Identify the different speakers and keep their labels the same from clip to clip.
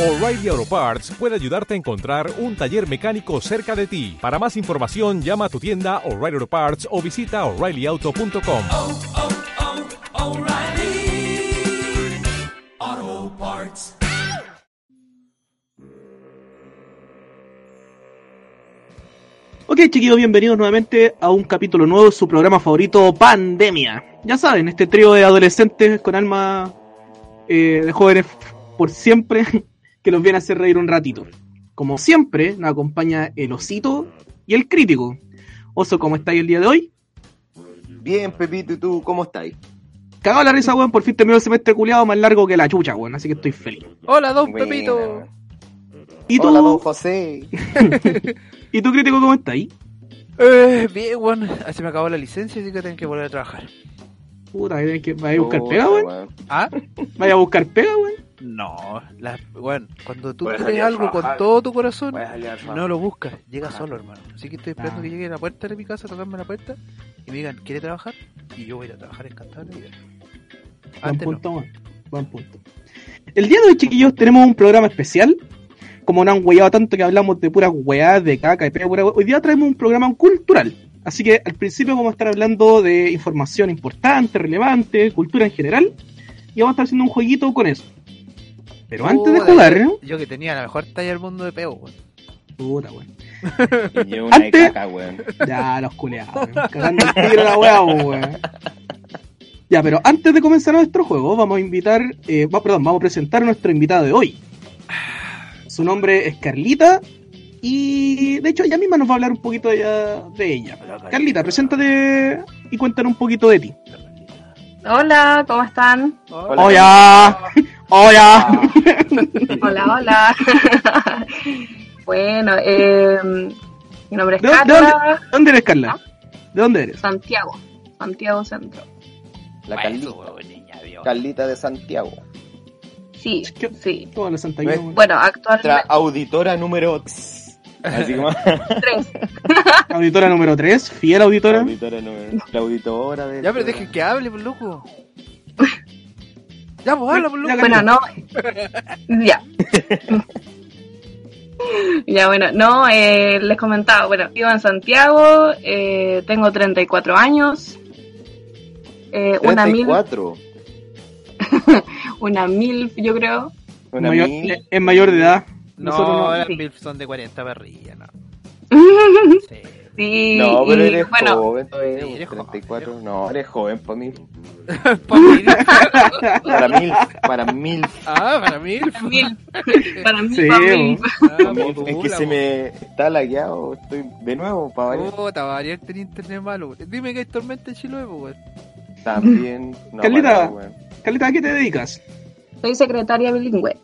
Speaker 1: O'Reilly Auto Parts puede ayudarte a encontrar un taller mecánico cerca de ti. Para más información, llama a tu tienda O'Reilly Auto Parts o visita oreillyauto.com.
Speaker 2: O'Reilly Auto Parts.
Speaker 3: Ok, chiquillos, bienvenidos nuevamente a un capítulo nuevo de su programa favorito, Pandemia. Ya saben, este trío de adolescentes con alma eh, de jóvenes por siempre que los viene a hacer reír un ratito. Como siempre, nos acompaña el osito y el crítico. Oso, ¿cómo estáis el día de hoy?
Speaker 4: Bien, Pepito, ¿y tú cómo estáis?
Speaker 3: Cagado la risa, weón, por fin terminó el semestre culiado más largo que la chucha, weón, así que estoy feliz.
Speaker 5: Hola, don
Speaker 4: Buena,
Speaker 5: Oh, Pepito.
Speaker 4: weón.
Speaker 3: ¿Y tú,
Speaker 4: Hola, don José.
Speaker 3: ¿y tú crítico, cómo estáis?
Speaker 5: Eh, bien, weón. Ah, Se me acabó la licencia, así que tengo que volver a trabajar.
Speaker 3: Puta, ¿vais a buscar
Speaker 4: Puta,
Speaker 3: pega, weón?
Speaker 4: weón.
Speaker 5: ¿Ah?
Speaker 3: ¿Vais a buscar pega, weón?
Speaker 5: No. La, weón, cuando tú
Speaker 6: Voy a
Speaker 5: quieres
Speaker 6: salir a
Speaker 5: algo con
Speaker 6: trabajar.
Speaker 5: todo tu corazón,
Speaker 6: Voy a salir a trabajar.
Speaker 5: no lo buscas. Llega solo, hermano. Así que estoy esperando que llegue a la puerta de mi casa, tocarme la puerta, y me digan, ¿quiere trabajar? Y yo voy a ir a trabajar encantado de la vida.
Speaker 3: Buen
Speaker 5: Antes no.
Speaker 3: punto, man. Buen punto. El día de hoy, chiquillos, tenemos un programa especial. Como no han hueado tanto que hablamos de puras hueadas, de caca, de pega, pura hue- hoy día traemos un programa cultural. Así que al principio vamos a estar hablando de información importante, relevante, cultura en general. Y vamos a estar haciendo un jueguito con eso. Pero antes de
Speaker 5: Puta,
Speaker 3: jugar,
Speaker 5: yo-
Speaker 3: ¿no?
Speaker 5: Yo que tenía la mejor talla del mundo de peo, weón.
Speaker 3: Puta, weón.
Speaker 4: Y yo una de
Speaker 3: Antes-
Speaker 4: caca, weón.
Speaker 3: Ya, los culeados. weón. Cagando el tiro la weá, weón. Ya, pero antes de comenzar nuestro juego, vamos a invitar, eh, va- perdón, vamos a presentar a nuestro invitado de hoy. Su nombre es Carlita y de hecho ella misma nos va a hablar un poquito ya de ella. Carlita, preséntate y cuéntanos un poquito de ti.
Speaker 7: Hola, ¿cómo están?
Speaker 3: Oh,
Speaker 4: Hola.
Speaker 3: Hola, Ah. hola.
Speaker 7: Hola, hola. bueno, eh, mi nombre es
Speaker 3: ¿De, dónde-
Speaker 7: Carla,
Speaker 3: de dónde, dónde eres, Carla? ¿De dónde eres?
Speaker 7: Santiago, Santiago Centro.
Speaker 4: La Carlita, Carlita de Santiago.
Speaker 7: Sí,
Speaker 3: ¿Qué?
Speaker 7: sí.
Speaker 3: Toda la Santa
Speaker 4: ¿Ves?
Speaker 3: Cruz,
Speaker 7: Bueno,
Speaker 4: Nuestra
Speaker 7: actualmente
Speaker 4: auditora número... Así que más.
Speaker 7: tres.
Speaker 3: Auditora número 3, fiel auditora.
Speaker 4: auditora número... La auditora de...
Speaker 5: Ya, pero dejen que hable, por loco. Ya, pues habla, por loco.
Speaker 7: Bueno, no. ya. ya, bueno, no, eh, les comentaba, bueno, vivo en Santiago, eh, tengo 34 años. eh, una mil,
Speaker 4: 34.
Speaker 7: una mil, yo creo.
Speaker 4: Una
Speaker 3: Mayor-
Speaker 4: mil.
Speaker 3: es mayor de edad.
Speaker 5: No,
Speaker 3: Nosotros no-
Speaker 5: las
Speaker 7: sí.
Speaker 5: MILF son de 40 parrillas, no. Sí.
Speaker 7: Sí,
Speaker 4: No, pero
Speaker 7: y,
Speaker 4: eres
Speaker 7: bueno,
Speaker 4: joven todavía,
Speaker 5: Sí, eres joven,
Speaker 4: 34.
Speaker 5: eres
Speaker 4: No, eres joven para mí. Para
Speaker 5: Para MILF.
Speaker 4: mil, para mil.
Speaker 5: Ah, para MILF.
Speaker 7: para mí, para mí,
Speaker 3: Sí,
Speaker 7: para mí.
Speaker 5: Ah,
Speaker 4: Es que
Speaker 5: modula,
Speaker 4: se me está lagueado, estoy de nuevo para
Speaker 5: po. pues. Puta, variar tenía internet malo. weón. Dime que hay tormenta en pues, Chiloé, po, weón.
Speaker 4: También. No,
Speaker 3: Carlita.
Speaker 4: para, weón.
Speaker 3: Carlita, ¿a qué te dedicas?
Speaker 7: Soy secretaria bilingüe.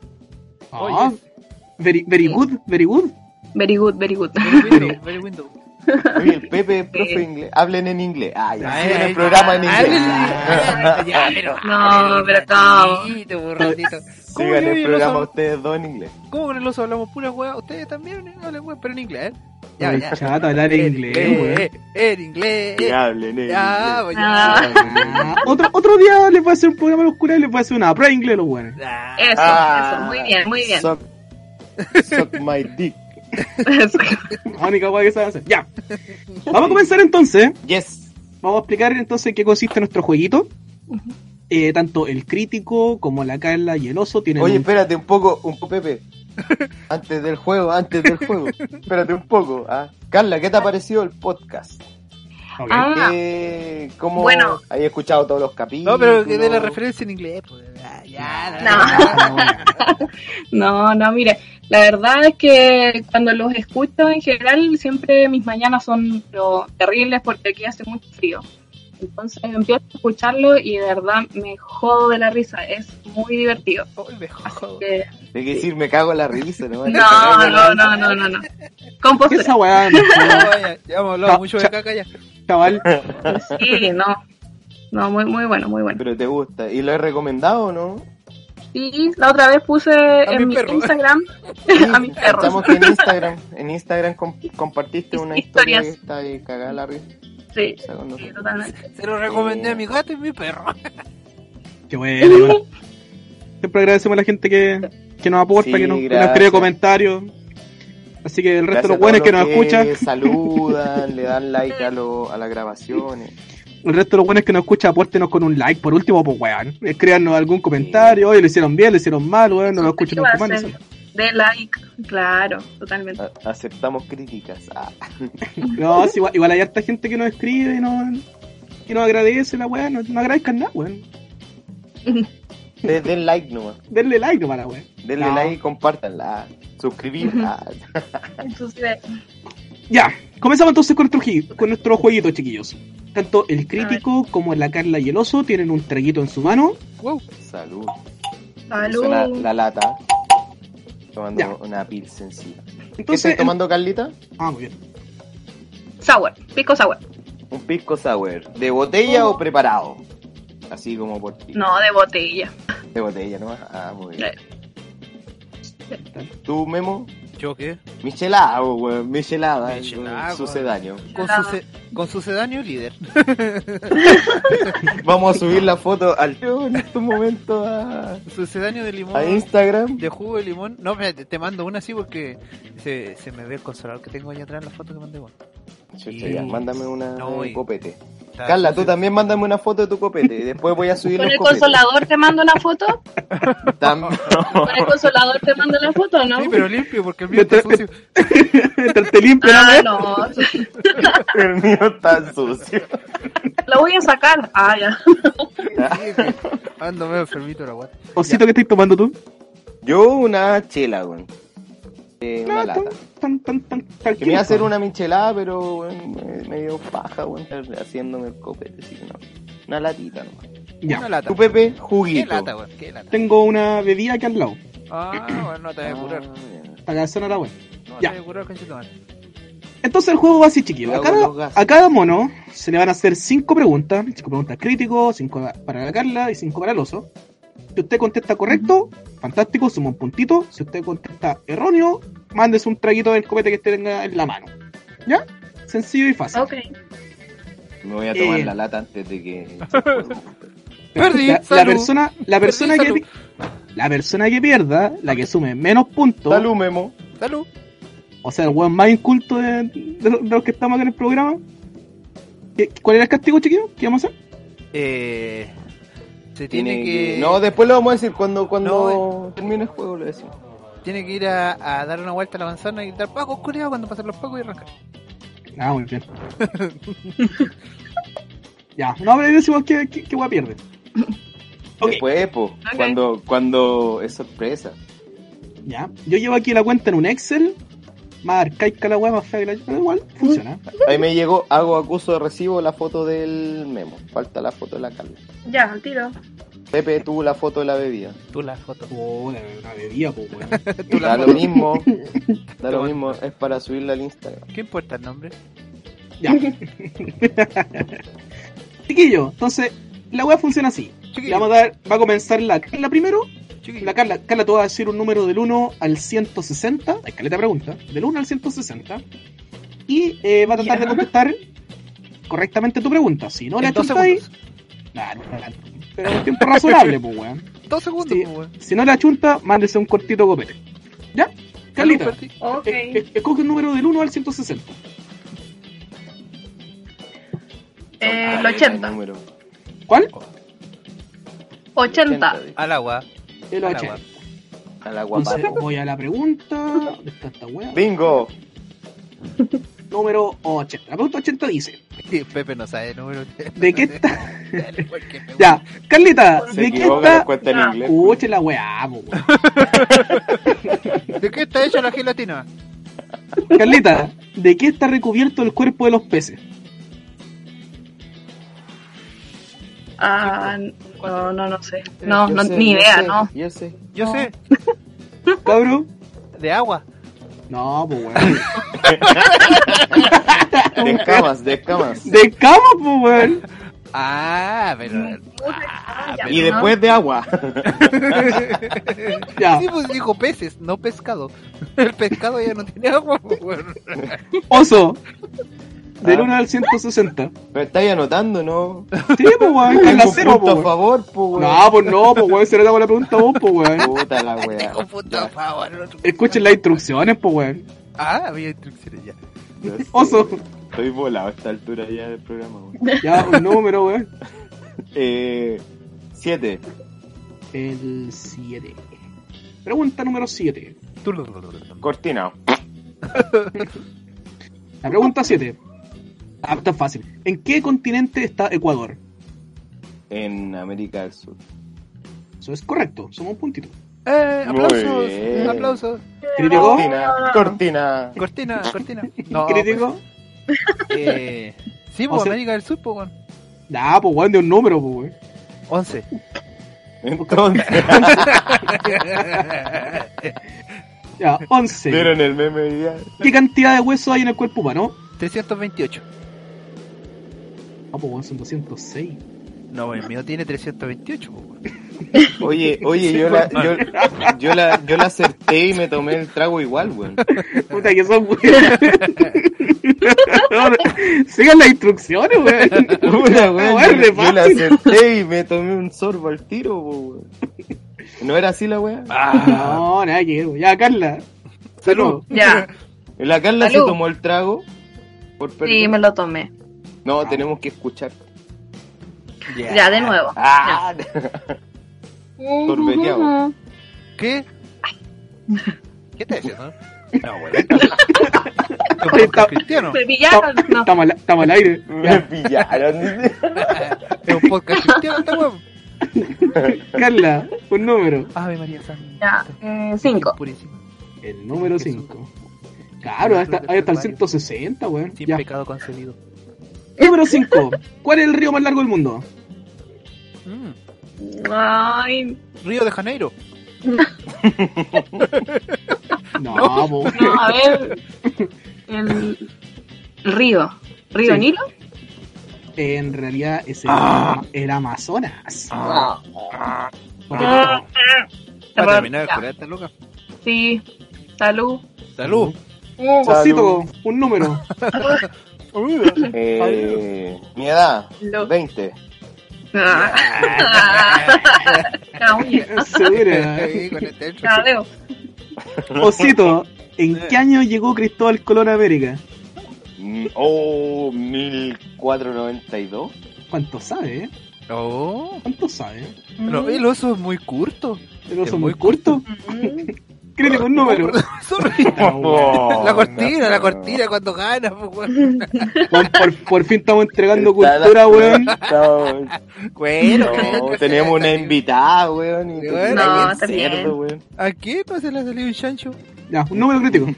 Speaker 3: Ah, very, very good, very good.
Speaker 7: Very good, very good.
Speaker 5: Very window, very window.
Speaker 4: Oye, el Pepe, profe
Speaker 7: Sí.
Speaker 4: de inglés. Hablen en inglés. Ah, ya.
Speaker 5: Ay,
Speaker 4: sigan
Speaker 5: ay,
Speaker 4: el programa en
Speaker 5: ay,
Speaker 4: inglés.
Speaker 5: ay, ay, ya, pero-
Speaker 7: No, pero no.
Speaker 5: Ratito, burratito. ¿Cómo
Speaker 4: Sigan
Speaker 5: yo y
Speaker 4: el
Speaker 5: el
Speaker 4: programa
Speaker 5: oso-
Speaker 4: ustedes dos en inglés.
Speaker 5: ¿Cómo con el oso hablamos pura weá? Ustedes también eh, hablan weá, pero en inglés, ¿eh?
Speaker 3: Ay, chata, hablar
Speaker 5: En
Speaker 3: inglés, weón.
Speaker 5: eh, En inglés.
Speaker 4: Que hablen en
Speaker 5: Ya,
Speaker 4: inglés.
Speaker 5: pues,
Speaker 7: Ah.
Speaker 5: ya.
Speaker 3: Ah, otro, otro día les voy a hacer un programa a los curas y les voy a hacer una prueba de inglés a los buenos.
Speaker 5: Ah,
Speaker 7: Eso,
Speaker 4: Ah,
Speaker 7: eso, muy bien, muy bien.
Speaker 4: Suck, suck my dick.
Speaker 7: Eso.
Speaker 3: La única hueá que saben hacer. Ya. Vamos a comenzar entonces.
Speaker 4: Yes.
Speaker 3: Vamos a explicar entonces qué consiste nuestro jueguito.
Speaker 7: Ujú.
Speaker 3: Eh, tanto el crítico como la Carla y el oso tienen.
Speaker 4: Oye,
Speaker 3: un-
Speaker 4: espérate un poco, un poco, Pepe. Antes del juego, antes del juego. Espérate un poco. ah. Carla, ¿qué te ha parecido el podcast?
Speaker 3: Ok.
Speaker 7: Ah.
Speaker 4: ¿Qué- ¿Cómo
Speaker 7: Bueno.
Speaker 4: has escuchado todos los capítulos?
Speaker 5: No, pero que dé la referencia en inglés, pues. Ah, Ya,
Speaker 3: Ah, bueno.
Speaker 7: No, no, mire, la verdad es que cuando los escucho en general, siempre mis mañanas son pero, terribles porque aquí hace mucho frío. Entonces empiezo a escucharlo y de verdad me jodo de la risa, es muy divertido.
Speaker 5: Ay, me jodo.
Speaker 7: Eh,
Speaker 4: De que decir, me cago en la risa, ¿no? Me cago
Speaker 7: No,
Speaker 4: en la
Speaker 7: no, no, no, no, no. Con postura.
Speaker 3: Esa weá, no,
Speaker 5: Vaya, Ya hemos hablado
Speaker 3: Cha-
Speaker 5: mucho
Speaker 3: cha-
Speaker 5: de caca ya.
Speaker 3: chaval.
Speaker 7: Sí, no. No, muy, muy bueno, muy bueno.
Speaker 4: Pero te gusta. ¿Y lo he recomendado o no?
Speaker 7: Sí, la otra vez puse en
Speaker 5: mi
Speaker 7: mi
Speaker 5: perro.
Speaker 7: Instagram a mis perros.
Speaker 4: Pensamos que en Instagram, en Instagram comp- compartiste una historia que
Speaker 7: Historias.
Speaker 4: está ahí cagada la risa
Speaker 7: Sí,
Speaker 4: con
Speaker 7: sí,
Speaker 4: nosotros.
Speaker 7: totalmente.
Speaker 5: Se lo recomendé a mi gato y mi perro.
Speaker 3: Qué bueno, bueno. Siempre agradecemos a la gente que, que nos aporta,
Speaker 4: Sí,
Speaker 3: que nos, que nos
Speaker 4: gracias.
Speaker 3: crea comentarios. Así que el resto de los
Speaker 4: Gracias a todos
Speaker 3: buenos que nos escuchan,
Speaker 4: Saludan, le dan like a, lo- a las grabaciones.
Speaker 3: el resto de los buenos que nos escuchan, apórtenos con un like, por último, pues weón. Escríbanos algún comentario, oye, lo hicieron bien, lo hicieron mal, weón, no lo escuchan nunca más. no sé.
Speaker 7: De like, claro, totalmente.
Speaker 4: A- aceptamos críticas. Ah,
Speaker 3: No, sí, igual, igual hay harta gente que nos escribe y no, que nos agradece la weá, no, no agradezcan nada, weón.
Speaker 4: de- den like nomás.
Speaker 3: Denle like nomás a la weá.
Speaker 4: Denle
Speaker 3: No.
Speaker 4: like y compártanla. Suscribir. ah.
Speaker 7: Entonces,
Speaker 3: Ya, comenzamos entonces con nuestro, ji- con nuestro jueguito, chiquillos. Tanto el crítico como la Carla y el oso tienen un traguito en su mano.
Speaker 5: Wow.
Speaker 4: Salud.
Speaker 7: salud.
Speaker 4: Suena la lata. Tomando
Speaker 3: Ya.
Speaker 4: una pil sencilla. ¿Qué
Speaker 3: Entonces,
Speaker 4: estás tomando, Carlita?
Speaker 3: Ah, muy bien.
Speaker 7: Sour, pico sour.
Speaker 4: Un pisco sour. ¿De botella o preparado? Así como por ti.
Speaker 7: No, de botella.
Speaker 4: De botella, ¿no? Ah, muy bien.
Speaker 7: Eh,
Speaker 4: ¿Tú, Memo?
Speaker 5: ¿Yo qué?
Speaker 4: Michelada, po, weón. Michelada.
Speaker 5: Michelada,
Speaker 4: eh, Sucedáneo.
Speaker 5: Con,
Speaker 7: Nada.
Speaker 5: suce- con sucedáneo líder.
Speaker 4: Vamos a subir la foto al en estos momentos a,
Speaker 5: Sucedáneo de limón.
Speaker 4: a Instagram.
Speaker 5: De jugo de limón. No, espérate, te mando una así porque se, se me ve el consolador que tengo allá atrás en la foto que mandé. bueno.
Speaker 4: Chucha, ya, mándame una
Speaker 5: No,
Speaker 4: de
Speaker 5: y-
Speaker 4: copete.
Speaker 5: Está
Speaker 4: Carla, tú
Speaker 5: suce-
Speaker 4: también mándame una foto de tu copete y después voy a subir
Speaker 7: ¿Con
Speaker 4: los
Speaker 7: el
Speaker 4: copetes.
Speaker 7: consolador te mando una foto?
Speaker 4: Tam-
Speaker 7: ¿Con el consolador te mando la foto no?
Speaker 5: Sí, pero limpio porque el mío está sucio.
Speaker 3: Mientras te limpio, la
Speaker 7: Ah,
Speaker 3: weá.
Speaker 7: no.
Speaker 4: El mío está sucio.
Speaker 7: Lo voy a sacar. Ah, ya.
Speaker 5: Sí, es que Ando medio enfermito la guata.
Speaker 3: Osito, ¿qué estás tomando tú?
Speaker 4: Yo una chela, weón. Eh, una
Speaker 3: No,
Speaker 4: lata.
Speaker 3: Ah, Tan, tan, tan,
Speaker 4: Que me iba a hacer
Speaker 3: un...
Speaker 4: una michelada, pero weón, me, me dio paja, weón, estar haciéndome el copete. Así que no. Una latita, nomás.
Speaker 5: Una
Speaker 3: Ya,
Speaker 5: lata.
Speaker 4: Tu Pepe,
Speaker 5: ¿Qué
Speaker 4: juguito.
Speaker 5: lata, weón? ¿Qué lata?
Speaker 3: tengo una bebida que al lado.
Speaker 5: Ah, bueno, no te voy a curar.
Speaker 4: Ah,
Speaker 3: Para hacer a la weá.
Speaker 5: No te
Speaker 3: Ya.
Speaker 5: voy a curar, conchetumare.
Speaker 3: Entonces el juego va así, chiquillos.
Speaker 4: Le
Speaker 3: A
Speaker 4: hago
Speaker 3: cada,
Speaker 4: los gases.
Speaker 3: a cada mono se le van a hacer cinco preguntas. Cinco preguntas críticos, cinco para la Carla y cinco para el oso. Si usted contesta correcto, fantástico, suma un puntito. Si usted contesta erróneo, mándese un traguito del copete que usted tenga en la mano. ¿Ya? Sencillo y fácil.
Speaker 7: Ok.
Speaker 4: ya. Me voy a tomar
Speaker 3: Eh.
Speaker 4: la lata antes de que.
Speaker 5: Perdí,
Speaker 3: la, la
Speaker 5: salud.
Speaker 3: persona, la persona
Speaker 5: Perdí,
Speaker 3: que
Speaker 5: salud.
Speaker 3: pi- la persona que pierda, la que sume menos puntos,
Speaker 4: Salud, Memo.
Speaker 5: Salud.
Speaker 3: o sea, el weón más inculto de, de los- de los que estamos acá en el programa. ¿Qué- ¿Cuál era el castigo, chiquillo? ¿Qué íbamos a hacer?
Speaker 5: Eh, se
Speaker 4: Tiene
Speaker 5: tiene
Speaker 4: que...
Speaker 5: que.
Speaker 4: No, después lo vamos a decir cuando, cuando
Speaker 5: No, eh.
Speaker 4: termine el juego, lo decimos.
Speaker 5: Tiene que ir a, a dar una vuelta a la manzana y gritar Paco, culiao, cuando pasen los pacos y arrancar.
Speaker 3: Ah, muy bien. ya, no, pero ahí decimos que, que, que weón pierde. Ok,
Speaker 4: Después, po, cuando, cuando es sorpresa.
Speaker 3: ya. Yo llevo aquí la cuenta en un Excel. Más arcaica la weá, más fea que la pero igual, funciona.
Speaker 4: Ahí me llegó, hago acuso de recibo la foto del Memo. Falta la foto de la Carla.
Speaker 7: Ya, al tiro.
Speaker 4: Pepe, tú la foto de la bebida.
Speaker 5: Tú la foto.
Speaker 3: Oh, la- una bebida, po, weón.
Speaker 4: Da lo mismo. Da lo mismo. Es para subirla al Instagram.
Speaker 5: ¿Qué importa el nombre?
Speaker 3: Ya. Chiquillo, entonces, la weá funciona así. Le
Speaker 5: Chiquillo.
Speaker 3: vamos a dar, va a comenzar la Carla primero.
Speaker 5: Chiquillo.
Speaker 3: La Carla, Carla, tú vas a decir un número del 1 al 160. Hay caleta de pregunta. Del 1 al 160. Y eh, va a tratar de contestar correctamente tu pregunta. Si no la
Speaker 5: en dos
Speaker 3: achuntáis.
Speaker 5: segundos.
Speaker 3: Nah, no, no, no. pero un tiempo razonable, pues, weón.
Speaker 5: Dos segundos,
Speaker 3: Sí.
Speaker 5: pues, weón.
Speaker 3: Si no la achunta, mándese un cortito copete. ¿Ya? Carlita,
Speaker 5: Salud, perdí.
Speaker 7: Ok.
Speaker 3: eh, eh, escoge un número del 1 al 160.
Speaker 7: Eh, el
Speaker 4: Ah,
Speaker 7: 80.
Speaker 4: número.
Speaker 3: ¿Cuál?
Speaker 7: 80.
Speaker 4: dice.
Speaker 5: Al agua.
Speaker 3: El
Speaker 5: Ah, la
Speaker 3: 80.
Speaker 4: Al
Speaker 3: Entonces,
Speaker 4: aguapato.
Speaker 3: voy a la pregunta. ¿Dónde está esta weá?
Speaker 4: Bingo.
Speaker 3: Número 80. La pregunta 80 dice:
Speaker 5: Sí, Pepe no sabe el número.
Speaker 3: ¿De qué está?
Speaker 5: Dale, porque me-
Speaker 3: Ya, Carlita,
Speaker 4: Se
Speaker 3: ¿de qué
Speaker 4: equivoca,
Speaker 3: está?
Speaker 4: nos cuenta en
Speaker 7: Ah.
Speaker 4: inglés.
Speaker 3: Escuche la weá, po, weón.
Speaker 5: ¿De qué está hecha la gelatina?
Speaker 3: Carlita, ¿de qué está recubierto el cuerpo de los peces?
Speaker 7: Ah, no, no, no sé.
Speaker 5: Eh,
Speaker 7: No,
Speaker 4: Yo
Speaker 7: no
Speaker 4: sé,
Speaker 7: ni
Speaker 4: yo
Speaker 7: idea,
Speaker 4: sé,
Speaker 7: no.
Speaker 4: Yo sé.
Speaker 5: Yo
Speaker 7: No.
Speaker 5: sé,
Speaker 3: ¿Cabro?
Speaker 5: de agua.
Speaker 3: No, pues weón.
Speaker 4: De escamas, de escamas.
Speaker 3: ¿De cama, pues weón?
Speaker 5: Ah, pero.
Speaker 3: Mm,
Speaker 7: Ah, ya,
Speaker 4: Y
Speaker 7: ¿no?
Speaker 4: después de agua.
Speaker 3: Ya.
Speaker 5: Sí, pues dijo peces, no pescado. El pescado ya no tiene agua, pues, weón.
Speaker 3: Oso, Del
Speaker 4: Ah.
Speaker 3: 1 al 160.
Speaker 4: Pero estáis anotando, ¿no?
Speaker 3: Sí, pues, weón, que es la
Speaker 4: Tengo
Speaker 3: cero,
Speaker 4: punto
Speaker 3: pues,
Speaker 4: a
Speaker 3: weón.
Speaker 4: favor, pues, weón.
Speaker 3: No, pues no, pues, weón, se le hago la pregunta a vos, pues, weón.
Speaker 4: Puta la weá.
Speaker 5: Tengo punto a favor. el otro-
Speaker 3: Escuchen las instrucciones, pues, weón.
Speaker 5: Ah, había instrucciones ya.
Speaker 4: Yo sé,
Speaker 3: Oso.
Speaker 4: weón. Estoy volado a esta altura ya del programa, weón.
Speaker 3: Ya, un número, weón.
Speaker 4: Eh. 7.
Speaker 3: El 7. Pregunta número 7.
Speaker 5: Tú lo- lo- lo- lo- lo-
Speaker 4: Cortina.
Speaker 3: La pregunta 7. Ah, tan fácil. ¿En qué continente está Ecuador?
Speaker 4: En América del Sur.
Speaker 3: Eso es correcto, somos un puntito.
Speaker 5: ¡Eh!
Speaker 4: Muy
Speaker 5: ¡Aplausos!
Speaker 4: bien.
Speaker 5: ¡Aplausos!
Speaker 3: ¿Crítico?
Speaker 4: Cortina. Cortina.
Speaker 5: Cortina, cortina. pues, No,
Speaker 3: ¿Crítico?
Speaker 5: pues, eh, sí,
Speaker 3: O
Speaker 5: pues
Speaker 3: sea-
Speaker 5: América del Sur, pues, weón.
Speaker 3: Nah, pues weón, de un número, pues weón.
Speaker 5: 11.
Speaker 4: Entonces.
Speaker 3: Ya, 11.
Speaker 4: ¿Vieron el meme de día?
Speaker 3: ¿Qué cantidad de huesos hay en el cuerpo humano?
Speaker 5: 328.
Speaker 3: Ah, pues weón, son 206.
Speaker 5: No, el mío tiene 328, pues, weón.
Speaker 4: Oye, oye, yo, la, yo, yo la, yo la acerté y me tomé el trago igual, weón.
Speaker 3: Puta que son weón. Sigan las instrucciones, weón.
Speaker 4: Puta, weón,
Speaker 3: Weón, de
Speaker 4: yo, yo la
Speaker 3: fácil.
Speaker 4: acerté y me tomé un sorbo al tiro, po, weón. ¿No era así la weá?
Speaker 3: No, nada que ver, weón. Ya, Carla. Salud.
Speaker 7: Ya,
Speaker 4: La Carla
Speaker 7: Salud.
Speaker 4: se tomó el trago. Por perder.
Speaker 7: sí, me lo tomé.
Speaker 4: No, tenemos que escuchar.
Speaker 7: Ya, de nuevo.
Speaker 4: Ah, Sorbeteado.
Speaker 5: ¿Qué? ¿Qué te decía, no? No, weón.
Speaker 3: Oye, está-
Speaker 5: Es cristiano.
Speaker 7: Me pillaron. No.
Speaker 3: Estamos al- estamos al aire.
Speaker 4: me
Speaker 3: Ya,
Speaker 4: pillaron. dice.
Speaker 5: Es un podcast cristiano, esta weón.
Speaker 3: Carla, un número.
Speaker 5: Ave María Santa.
Speaker 7: Ya, eh, cinco.
Speaker 5: Purísima.
Speaker 3: El número
Speaker 5: Jesús.
Speaker 3: 5. Claro, hasta, ahí está el 160, weón.
Speaker 5: Sin
Speaker 3: Ya.
Speaker 5: pecado concebido.
Speaker 3: Número 5. ¿Cuál es el río más largo del mundo?
Speaker 5: Mm,
Speaker 7: Ay,
Speaker 5: Río de Janeiro.
Speaker 3: No, no.
Speaker 7: no, a ver. El, el río. ¿Río
Speaker 3: Sí.
Speaker 7: Nilo?
Speaker 3: En realidad es el,
Speaker 4: Ah.
Speaker 3: el Amazonas.
Speaker 7: Ah, ah.
Speaker 5: Para terminar de
Speaker 7: Ya,
Speaker 5: curar esta loca.
Speaker 7: Sí, salud.
Speaker 5: Salud.
Speaker 3: oh, Uh. Osito, un número.
Speaker 4: Eh, mi edad,
Speaker 7: Lo-
Speaker 4: 20.
Speaker 7: Ya, oye,
Speaker 3: Segura.
Speaker 5: Sí, con este hecho.
Speaker 7: ya veo.
Speaker 3: Osito, ¿en qué año llegó Cristóbal Colón a América?
Speaker 4: Mm, Oh, 1492.
Speaker 3: ¿Cuánto sabe? eh?
Speaker 5: Oh.
Speaker 3: ¿Cuánto sabe?
Speaker 5: No, el oso es muy corto.
Speaker 3: Pero
Speaker 5: Es
Speaker 3: son
Speaker 5: muy
Speaker 3: muy corto.
Speaker 7: Mm,
Speaker 3: Créele un número.
Speaker 5: Sorry.
Speaker 3: No, weón.
Speaker 4: Oh,
Speaker 5: La cortina, la cortina cuando gana, pues, weón.
Speaker 3: Weón, por, por fin estamos entregando
Speaker 4: Está la-
Speaker 3: cultura, weón.
Speaker 4: No,
Speaker 5: Bueno,
Speaker 4: no, teníamos una invitada, weón. y
Speaker 5: Sí,
Speaker 4: te
Speaker 5: bueno.
Speaker 4: tiras
Speaker 7: No,
Speaker 4: bien
Speaker 7: está bien.
Speaker 4: cerdo, weón.
Speaker 5: ¿A qué no pues, se le ha salido un chancho?
Speaker 3: Ya, un número crítico.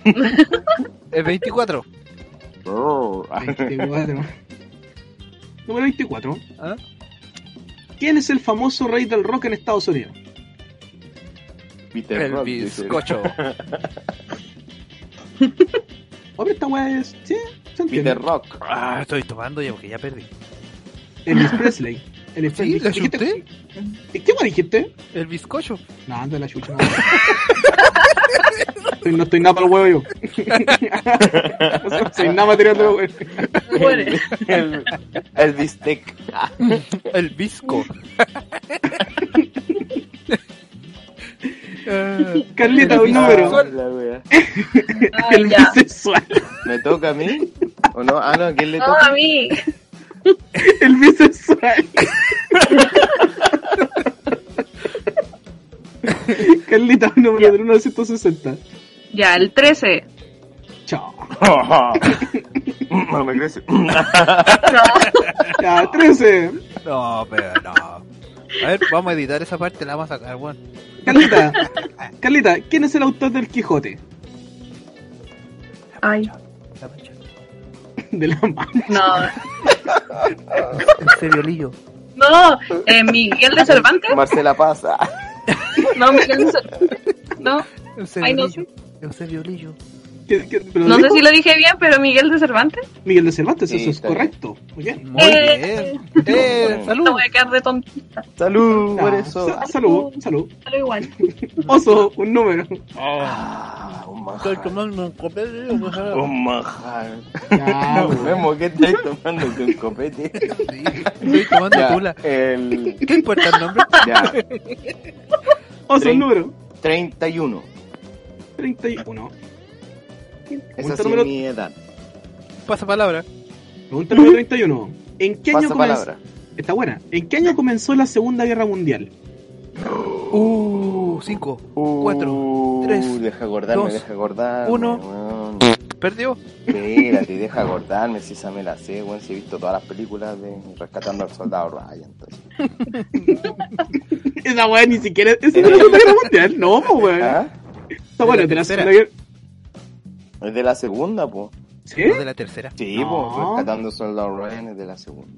Speaker 5: El 24.
Speaker 4: Oh, ah,
Speaker 3: 24. Número 24.
Speaker 5: ¿Ah?
Speaker 3: ¿Quién es el famoso rey del rock en Estados Unidos?
Speaker 4: Peter
Speaker 5: El
Speaker 4: Rock, dice.
Speaker 5: bizcocho.
Speaker 3: Hombre, esta weá es. Sí, se entiende.
Speaker 4: Peter Rock.
Speaker 5: Ah, estoy tomando ya porque ya perdí.
Speaker 3: Elvis Presley. Elvis Presley.
Speaker 5: ¿Sí? ¿La
Speaker 3: Dijiste-
Speaker 5: chuté?
Speaker 3: ¿Y ¿Qué weá dijiste?
Speaker 5: El bizcocho.
Speaker 3: No, anda la chucha. No, Estoy- no estoy nada para el huevo yo. No soy nada material de los huevos.
Speaker 7: muere.
Speaker 4: El, el bistec.
Speaker 5: El bizco.
Speaker 3: Carlita, un
Speaker 4: Ah,
Speaker 3: número.
Speaker 4: la wea.
Speaker 7: Ay,
Speaker 3: El
Speaker 7: ya.
Speaker 3: bisexual.
Speaker 4: ¿Me toca a mí? ¿O no? Ah, no, ¿a quién le
Speaker 7: No,
Speaker 4: toca?
Speaker 7: a mí.
Speaker 3: El bisexual. Carlita, un número del 1 al 160.
Speaker 7: Ya, el 13.
Speaker 3: Chao.
Speaker 4: no me crece.
Speaker 7: No.
Speaker 3: Ya, 13.
Speaker 5: No, pero no. A ver, vamos a editar esa parte, la vamos a sacar, weón.
Speaker 3: Carlita, Carlita, ¿quién es el autor del Quijote?
Speaker 7: Ay,
Speaker 5: La mancha.
Speaker 3: De la mano.
Speaker 7: no.
Speaker 5: En serio, Lillo.
Speaker 7: No, eh, Miguel de Cervantes.
Speaker 4: Marcela pasa.
Speaker 7: No, Miguel de Cervantes. No,
Speaker 5: En
Speaker 7: Ay, no
Speaker 5: Lillo. En serio, Lillo.
Speaker 3: ¿Qué- qué- pero
Speaker 7: No
Speaker 3: lo
Speaker 7: sé
Speaker 3: dijo?
Speaker 7: si lo dije bien, pero Miguel de Cervantes.
Speaker 3: Miguel de Cervantes,
Speaker 4: Sí,
Speaker 3: eso es
Speaker 4: está bien.
Speaker 3: correcto. Muy bien.
Speaker 5: Muy
Speaker 7: Eh.
Speaker 5: bien. Eh, salud.
Speaker 7: No voy a quedar de tontita.
Speaker 4: Salud por
Speaker 3: Ah,
Speaker 4: eso.
Speaker 3: sa- salud, salud.
Speaker 7: Pero igual.
Speaker 3: Oso, un número.
Speaker 4: Ah, un
Speaker 5: Estoy
Speaker 4: manjar.
Speaker 5: tomando un copete. yo, pues, ahora-
Speaker 4: Un manjar.
Speaker 3: Ya,
Speaker 4: Nos
Speaker 3: weón.
Speaker 4: vemos que estáis tomándote un copete.
Speaker 5: Sí, Estoy tomando
Speaker 4: Ya,
Speaker 5: tula.
Speaker 4: el,
Speaker 5: ¿Qué importa el nombre?
Speaker 4: ya,
Speaker 3: Oso, un
Speaker 4: Trein-
Speaker 3: número.
Speaker 4: 31.
Speaker 3: 31.
Speaker 4: Esa
Speaker 3: Pregunta
Speaker 4: sí
Speaker 3: número,
Speaker 4: es mi edad.
Speaker 5: Pasa palabra.
Speaker 3: pregunta número 31. ¿En qué año
Speaker 4: Pasa
Speaker 3: comenzó?
Speaker 4: palabra.
Speaker 3: Está buena. ¿En qué año comenzó la Segunda Guerra Mundial?
Speaker 5: Uh, cinco,
Speaker 4: Uh,
Speaker 5: cuatro, tres,
Speaker 4: Deja acordarme,
Speaker 5: dos,
Speaker 4: deja acordarme.
Speaker 5: uno.
Speaker 4: weón.
Speaker 5: perdió.
Speaker 4: Espérate, deja acordarme si esa me la sé, weón. Si he visto todas las películas de Rescatando al Soldado Ryan. entonces.
Speaker 3: Esa weá ni siquiera es de la Segunda Guerra Mundial. No, po, weón.
Speaker 4: ¿Ah?
Speaker 3: Está buena,
Speaker 5: de
Speaker 3: te
Speaker 5: la
Speaker 3: la
Speaker 5: tercera.
Speaker 3: Segunda Guerra. ¿Eh?
Speaker 4: Es de la segunda, po.
Speaker 3: ¿Sí?
Speaker 5: Los de la tercera.
Speaker 4: Sí,
Speaker 3: No.
Speaker 4: po. Rescatando al Soldado Ryan es de la segunda.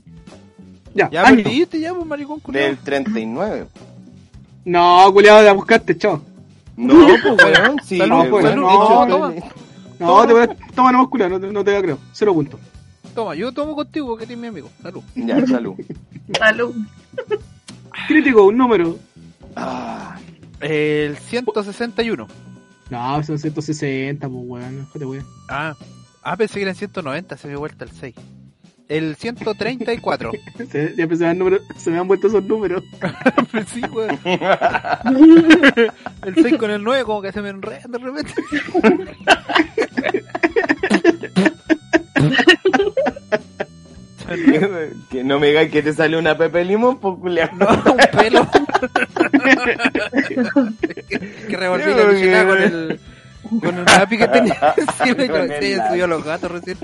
Speaker 3: Ya,
Speaker 5: Ya
Speaker 3: año.
Speaker 5: perdiste, ya, pues, maricón, culiao.
Speaker 4: Del 39.
Speaker 3: No, culiado, la buscaste, chao.
Speaker 4: No, pues, weón. Sí,
Speaker 5: Salud,
Speaker 4: weón.
Speaker 3: salud.
Speaker 4: De
Speaker 3: No,
Speaker 4: hecho,
Speaker 5: toma.
Speaker 3: No, te voy a... Toma nomás, culiao, no, te- no te la creo. Cero puntos.
Speaker 5: Toma, yo tomo contigo, que eres mi amigo. Salud.
Speaker 4: Ya, salud.
Speaker 7: Salud.
Speaker 3: Crítico, un número.
Speaker 4: Ah,
Speaker 5: El 161.
Speaker 3: No, son 160, pues, weón. Déjate, weón.
Speaker 5: Ah, ah, pensé que eran 190, se me dio vuelta el 6. El 134.
Speaker 3: Se- Ya empecé a dar números, se me han vuelto esos números.
Speaker 5: sí, weón. El 6 con el 9, como que se me enreda de repente.
Speaker 4: que no me digas que te sale una Pepe Limón, pues, culiao.
Speaker 5: No, un pelo. que, que revolví la mochila con el. Con el lápiz que tenía. Sí, me
Speaker 4: Con el
Speaker 5: sí,
Speaker 4: lápiz.
Speaker 5: subió los gatos recién.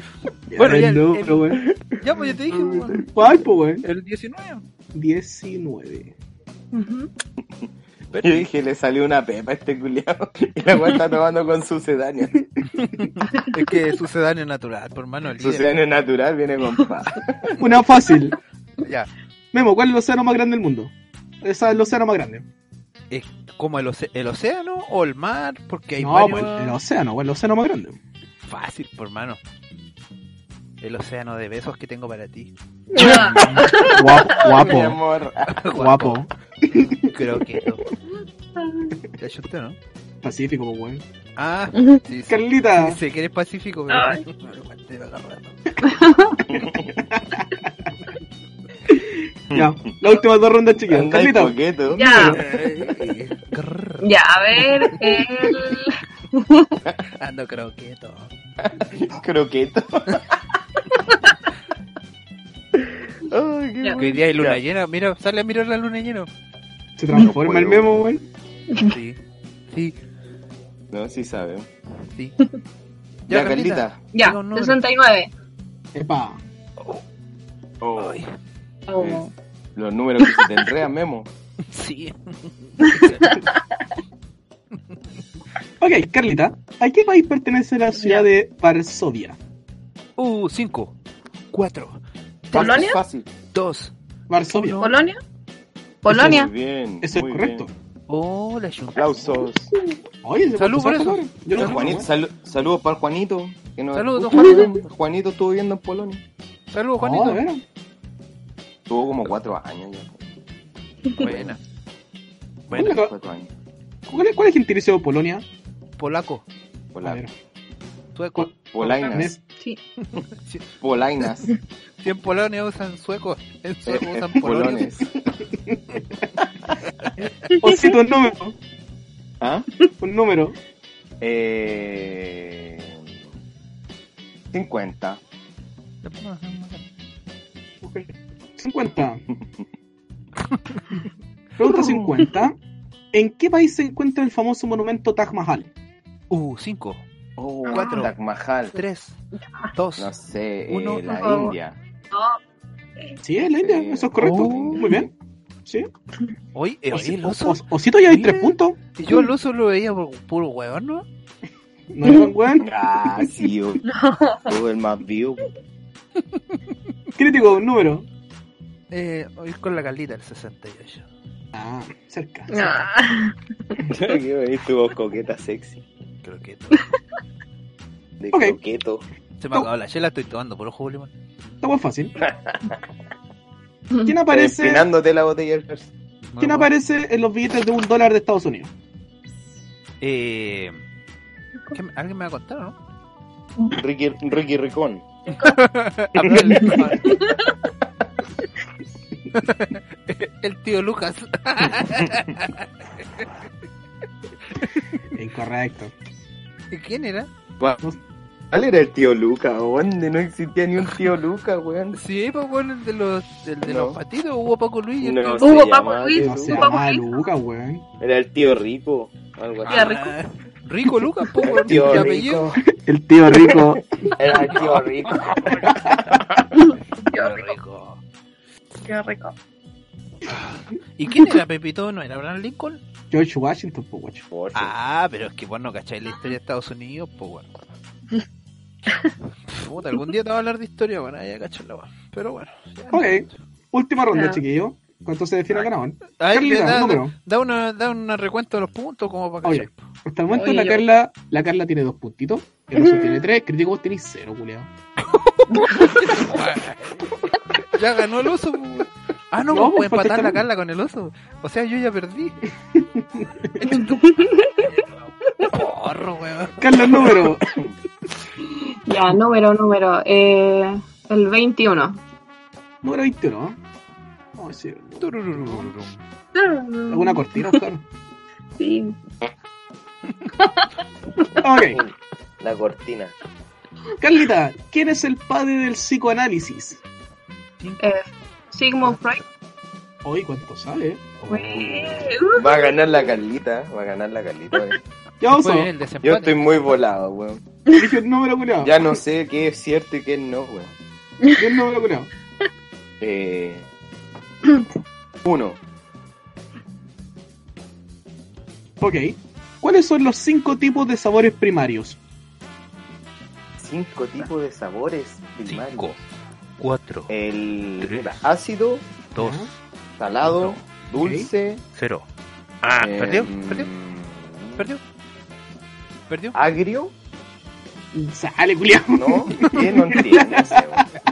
Speaker 5: Bueno,
Speaker 3: el
Speaker 5: ya. el-
Speaker 3: número, weón.
Speaker 5: el- ya, pues yo te dije, weón.
Speaker 3: ¿Cuál, pues, weón?
Speaker 5: El 19.
Speaker 3: 19.
Speaker 7: Ujú.
Speaker 4: Yo dije, le salió una pepa a este culiao. Y la weá está tomando con sucedáneo.
Speaker 5: Es que sucedáneo natural, por mano líder.
Speaker 4: Sucedáneo natural viene con pa.
Speaker 3: Una fácil.
Speaker 5: Ya.
Speaker 3: Memo, ¿cuál es el océano más grande del mundo? Esa es el océano más grande.
Speaker 5: Es como el, oce- el océano o el mar, porque hay
Speaker 3: no,
Speaker 5: varios...
Speaker 3: pues, el, el océano, pues, el océano más grande.
Speaker 5: Fácil, por mano. El océano de besos que tengo para ti.
Speaker 7: Ah,
Speaker 3: Guapo,
Speaker 4: Mi
Speaker 3: guapo,
Speaker 4: amor.
Speaker 3: guapo.
Speaker 5: Creo que no. ¿Te asusté, no?
Speaker 3: Pacífico, pues, weón.
Speaker 5: Ah, sí, sí.
Speaker 3: Carlita.
Speaker 5: Dice que eres pacífico, pero...
Speaker 7: Ay.
Speaker 5: Igual te iba a agarrar.
Speaker 3: Ya, las últimas dos rondas, chicos.
Speaker 4: Andáis
Speaker 3: Carlita,
Speaker 4: coqueto.
Speaker 7: ya,
Speaker 5: Ay, grrr.
Speaker 7: ya, a ver. El...
Speaker 5: Ando croqueto.
Speaker 4: Croqueto. Ay, qué
Speaker 7: Ya.
Speaker 5: Que hoy día hay luna llena. Mira, sale a mirar la luna llena.
Speaker 3: se transforma el
Speaker 4: puedo.
Speaker 3: Memo, weón.
Speaker 5: Sí. Sí,
Speaker 4: No, sí sabemos.
Speaker 5: sí.
Speaker 4: Ya, Carlita.
Speaker 7: Ya,
Speaker 5: Digo, no,
Speaker 7: 69.
Speaker 3: Epa.
Speaker 4: Oh,
Speaker 5: Ay,
Speaker 7: Oh.
Speaker 4: los números que se te enredan, Memo.
Speaker 5: sí.
Speaker 3: Ok, Carlita, ¿a qué país pertenece la ciudad de Varsovia?
Speaker 5: Uh, 5, 4,
Speaker 7: ¿Polonia?
Speaker 4: Fácil.
Speaker 5: 2.
Speaker 3: Varsovia.
Speaker 7: ¿Polonia? ¿Polonia?
Speaker 4: Muy bien.
Speaker 3: Eso es
Speaker 4: muy
Speaker 3: correcto.
Speaker 4: bien.
Speaker 5: Oh, la chunta.
Speaker 4: Aplausos.
Speaker 3: Oye, se
Speaker 5: Salud
Speaker 3: puso
Speaker 5: por
Speaker 3: harto,
Speaker 5: eso.
Speaker 3: cabrón. Yo no
Speaker 4: Juanito, salu- saludos para el Juanito. que nos
Speaker 5: Saludos,
Speaker 4: escucha,
Speaker 5: Juanito.
Speaker 4: weón. Juanito estuvo viviendo en Polonia.
Speaker 5: Saludos,
Speaker 3: Juanito.
Speaker 4: Ah,
Speaker 5: Juanito.
Speaker 4: Tuvo como cuatro años ya. ¿eh?
Speaker 5: Buena.
Speaker 3: Bueno,
Speaker 5: Bueno,
Speaker 3: Pero-
Speaker 4: Cuatro años.
Speaker 3: ¿Cuál es, cuál es gentilicio de Polonia?
Speaker 5: polaco,
Speaker 3: A
Speaker 4: Pola-
Speaker 3: ver,
Speaker 5: sueco.
Speaker 4: Polainas.
Speaker 3: Nes-
Speaker 7: Sí.
Speaker 4: Polainas. eh,
Speaker 5: Si en Polonia usan suecos, en sueco
Speaker 4: eh,
Speaker 5: usan polonios.
Speaker 4: Polones.
Speaker 3: Osito, un número.
Speaker 4: ¿Ah?
Speaker 3: Un número.
Speaker 4: Eh... 50.
Speaker 3: Ok. 50. Pregunta 50. ¿En qué país se encuentra el famoso monumento Taj Mahal?
Speaker 5: Uh, 5,
Speaker 4: Oh,
Speaker 5: Cuatro.
Speaker 4: Taj Mahal.
Speaker 5: 3, 2.
Speaker 4: No sé, eh,
Speaker 5: Uno.
Speaker 4: la
Speaker 7: Por favor.
Speaker 4: India.
Speaker 7: No,
Speaker 3: Sí, es la India,
Speaker 4: Sí.
Speaker 3: eso es correcto.
Speaker 5: Oh.
Speaker 3: Muy bien. Sí.
Speaker 5: Hoy, eh, oye, el
Speaker 3: Os-
Speaker 5: oso.
Speaker 3: Os- Osito ya hay
Speaker 5: Mira.
Speaker 3: 3 puntos.
Speaker 5: Si yo el oso lo veía por puro hueón, ¿no?
Speaker 3: No llevan weón.
Speaker 4: Ah, sí, yo. Todo el más vivo.
Speaker 3: Crítico, un número.
Speaker 5: Eh, hoy con la Carlita, el 68.
Speaker 3: Ah, cerca.
Speaker 7: Ah.
Speaker 4: Creo que ahí tuvo coqueta sexy.
Speaker 5: Creo que.
Speaker 4: de
Speaker 3: Ok.
Speaker 4: croqueto.
Speaker 5: Se me ha acabado la chela, estoy tomando por ojo de limón.
Speaker 3: Está muy fácil. ¿Quién aparece,
Speaker 4: Empinándote la botella del Pepsi.
Speaker 5: No
Speaker 3: ¿Quién
Speaker 5: lo puedo-
Speaker 3: aparece en los billetes de un dólar de Estados Unidos?
Speaker 5: Eh, ¿qué me- ¿Alguien me va a contar, no?
Speaker 4: Ricky, Ricky Ricón.
Speaker 5: Hablarle, por favor. El tío Lucas.
Speaker 3: Incorrecto.
Speaker 5: ¿Quién era?
Speaker 4: ¿Cuál era el tío Luca? ¿Dónde no existía ni un tío Luca, weón?
Speaker 5: Sí, pues bueno, el de los, el de
Speaker 4: No.
Speaker 5: los patitos, hubo Paco Luis. y el
Speaker 4: No,
Speaker 5: tío-
Speaker 4: se
Speaker 7: Hugo,
Speaker 4: llamaba
Speaker 7: Paco Luis,
Speaker 4: tío
Speaker 3: No se
Speaker 4: Luca.
Speaker 3: llamaba Lucas, weón.
Speaker 4: Era el tío rico. Algo
Speaker 7: Era
Speaker 4: así.
Speaker 7: rico.
Speaker 5: Rico Lucas, pues,
Speaker 4: El
Speaker 5: bueno,
Speaker 4: tío
Speaker 5: de apellido.
Speaker 4: rico.
Speaker 3: El tío rico.
Speaker 4: Era el tío rico.
Speaker 7: Qué
Speaker 5: Tío
Speaker 7: rico,
Speaker 5: rico.
Speaker 7: qué rico.
Speaker 5: ¿Y quién era Pepito? ¿No era Abraham Lincoln?
Speaker 3: George Washington, pues, guacho.
Speaker 5: Ah, pero es que vos no cacháis la historia de Estados Unidos, pues bueno. Puta, algún día te voy a hablar de historia, bueno, ya cachas la weá. Pero bueno. ya.
Speaker 3: Ok. Última ronda,
Speaker 7: Ya.
Speaker 3: chiquillo. ¿Cuánto se define el ganador?
Speaker 5: A ver,
Speaker 3: Carlita,
Speaker 5: da,
Speaker 3: número.
Speaker 5: da una, da una recuento de los puntos como para
Speaker 3: Oye.
Speaker 5: cachar.
Speaker 3: Hasta el momento
Speaker 7: Oye,
Speaker 3: la
Speaker 7: yo-
Speaker 3: Carla, la Carla tiene dos puntitos, el Russo tiene tres, Crítico vos tenés cero, culiao.
Speaker 5: ya ganó el oso. pues. Ah, no,
Speaker 3: No,
Speaker 5: pues
Speaker 3: pues,
Speaker 5: puede empatar
Speaker 3: falta
Speaker 5: la
Speaker 3: el-
Speaker 5: Carla con el oso. O sea, yo ya perdí. Porro, weón.
Speaker 3: Carla, el número.
Speaker 7: Ya, número, número. Eh, el 21.
Speaker 3: número 21, ¿no? No, sí.
Speaker 5: Turururururum.
Speaker 3: ¿Alguna cortina, Oscar?
Speaker 7: Sí.
Speaker 3: Ok.
Speaker 4: La cortina.
Speaker 3: Carlita, ¿quién es el padre del psicoanálisis?
Speaker 7: Eh, Sigmund Freud.
Speaker 3: Hoy, ¿cuánto sale?
Speaker 7: Güey.
Speaker 4: Va a ganar la Carlita. Va a ganar la Carlita. eh.
Speaker 3: Ya vamos
Speaker 5: Fue
Speaker 3: a
Speaker 5: bien
Speaker 3: ver.
Speaker 5: el
Speaker 4: Yo
Speaker 5: desempate.
Speaker 4: estoy muy volado, weón.
Speaker 3: Elige el número, culiao.
Speaker 4: Ya no sé qué es cierto y qué no, weón.
Speaker 3: Elige El número, culiao.
Speaker 4: Eh... Uno.
Speaker 3: Ok. ¿Cuáles son los cinco tipos de sabores primarios?
Speaker 4: Cinco tipos de sabores primarios.
Speaker 5: Cinco, cuatro,
Speaker 4: El
Speaker 5: Tres.
Speaker 4: ácido,
Speaker 5: dos,
Speaker 4: salado,
Speaker 5: Uno.
Speaker 4: dulce.
Speaker 5: cero. Ah,
Speaker 4: em,
Speaker 5: perdió, perdió, perdió. Perdió.
Speaker 4: Agrio,
Speaker 3: Sale, culiao.
Speaker 4: ¿no? ¿Qué? No entiendo. no sé,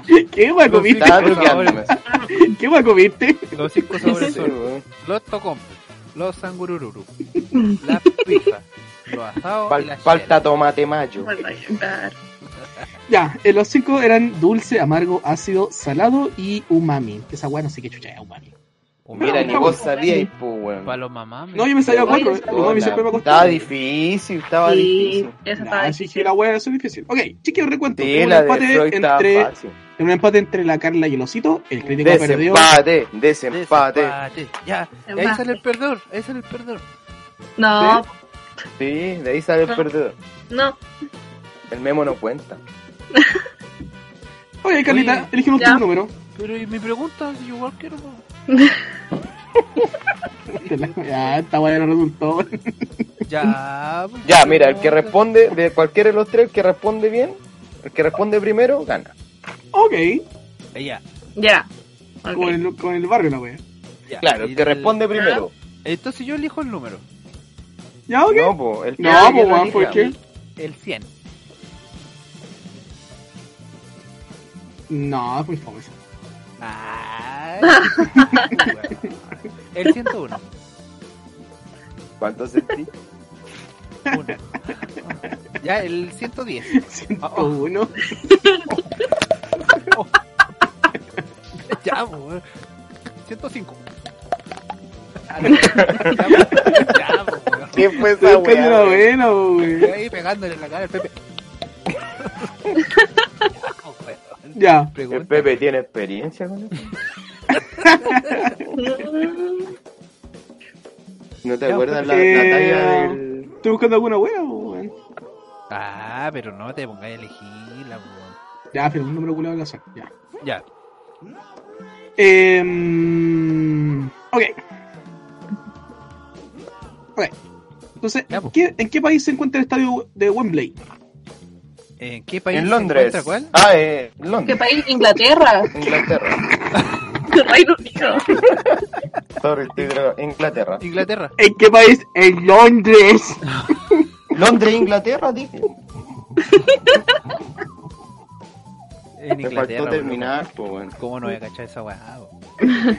Speaker 4: weón.
Speaker 3: ¿Qué va a
Speaker 5: Los cinco
Speaker 4: Estaba
Speaker 5: sabores.
Speaker 4: truqueándome.
Speaker 3: ¿Qué va a comerte?
Speaker 5: Los cinco
Speaker 4: No
Speaker 5: sabores
Speaker 4: sé,
Speaker 5: son
Speaker 4: weón.
Speaker 5: los tocompes, los sangurururu, las pifas, los asados
Speaker 4: Fal-
Speaker 5: y las
Speaker 4: falta
Speaker 5: chelas.
Speaker 4: tomate mayo.
Speaker 3: Ya, eh, los cinco eran dulce, amargo, ácido, salado y umami. Esa weá no sé qué chucha es umami.
Speaker 4: Mira,
Speaker 3: No,
Speaker 4: ni
Speaker 3: no,
Speaker 4: vos
Speaker 7: no,
Speaker 4: sabíais,
Speaker 7: no.
Speaker 4: pues, weón.
Speaker 5: Para los mamames.
Speaker 3: No, yo me sabía
Speaker 7: Oye,
Speaker 3: cuatro.
Speaker 7: esa
Speaker 3: eh. Umami siempre me ha
Speaker 4: Estaba
Speaker 3: costado.
Speaker 4: difícil, estaba
Speaker 7: Sí,
Speaker 4: difícil.
Speaker 7: eso
Speaker 3: Nah,
Speaker 7: estaba
Speaker 3: Ah, sí, sí, la weá es difícil. Ok, chiquillos, recuento.
Speaker 4: Sí,
Speaker 3: Tenemos
Speaker 4: la
Speaker 3: un,
Speaker 4: de Freud
Speaker 3: empate
Speaker 4: estaba
Speaker 3: entre,
Speaker 4: fácil.
Speaker 3: un empate entre la Carla y el Osito. El crítico perdió.
Speaker 4: Desempate, desempate.
Speaker 5: Desempate. Ya, y ahí
Speaker 7: Empate.
Speaker 5: sale el perdedor, ahí sale el perdedor.
Speaker 7: No,
Speaker 4: Sí, de ahí sale
Speaker 3: Ah.
Speaker 4: el perdedor.
Speaker 7: no.
Speaker 4: El memo no cuenta.
Speaker 3: Ok, Carlita,
Speaker 5: Oye,
Speaker 3: elige un
Speaker 7: ya.
Speaker 3: último número.
Speaker 5: Pero y mi pregunta, si yo igual quiero. po.
Speaker 3: Te la- ya, esta weá no resultó.
Speaker 5: Ya, pues,
Speaker 4: Ya,
Speaker 5: mi
Speaker 4: mira, el que
Speaker 5: pregunta.
Speaker 4: responde, de cualquiera de los tres, el que responde bien, el que responde primero, gana.
Speaker 3: Ok,
Speaker 5: Eh, Ya,
Speaker 7: Ya. Ok.
Speaker 3: con el, con el barrio la weá.
Speaker 5: ya.
Speaker 4: Claro, el que responde primero.
Speaker 5: Entonces yo elijo el número,
Speaker 3: Ya, Ah, ok.
Speaker 4: No, po, el que
Speaker 3: No,
Speaker 4: gane
Speaker 3: pues
Speaker 4: que lo
Speaker 3: weón, ¿por
Speaker 4: elija.
Speaker 3: qué?
Speaker 5: el 100.
Speaker 3: No, es muy famoso.
Speaker 4: Ah,
Speaker 5: Ay, weón. el 101.
Speaker 4: ¿Cuánto sentí?
Speaker 5: Uno. Ya, el 110.
Speaker 4: ah.
Speaker 3: 101.
Speaker 5: Ya, po, weón. 105. Ya, po, ya, po, weón.
Speaker 4: ¿Qué fue esa
Speaker 3: Estoy cayendo la
Speaker 4: weá?
Speaker 3: buena, weón.
Speaker 5: Estoy ahí pegándole en la cara al Pepe. Ya, po, weón.
Speaker 3: Ya.
Speaker 4: ¿El
Speaker 5: Pregunta.
Speaker 4: Pepe tiene experiencia con eso? ¿No te
Speaker 5: Ya, pues,
Speaker 4: acuerdas la,
Speaker 3: Pepe.
Speaker 4: la talla del...?
Speaker 3: pues, eh, Estoy buscando alguna buena, weón.
Speaker 5: Ah, pero no te pongas a elegirla, po, weón.
Speaker 3: Ya, pero un número culiado al azar. Ya.
Speaker 5: Ya,
Speaker 3: Eh, mm, ok. Ok. Entonces,
Speaker 5: Ya, po.
Speaker 3: ¿qué- ¿en qué país se encuentra el estadio de Wembley?
Speaker 5: ¿En qué país
Speaker 4: En
Speaker 5: se
Speaker 4: Londres.
Speaker 5: encuentra cuál?
Speaker 4: Ah, eh,
Speaker 7: ¿Qué
Speaker 4: Londres.
Speaker 7: país? Inglaterra.
Speaker 4: Inglaterra.
Speaker 7: Reino Unido.
Speaker 4: Sorry, estoy drogado. Inglaterra.
Speaker 5: Inglaterra.
Speaker 3: ¿En qué país? En Londres.
Speaker 4: Londres, Inglaterra, dije.
Speaker 5: En
Speaker 4: Te faltó
Speaker 5: Inglaterra,
Speaker 4: terminar, pues, bueno.
Speaker 5: bro. ¿Cómo no voy a cachar esa weá? bro?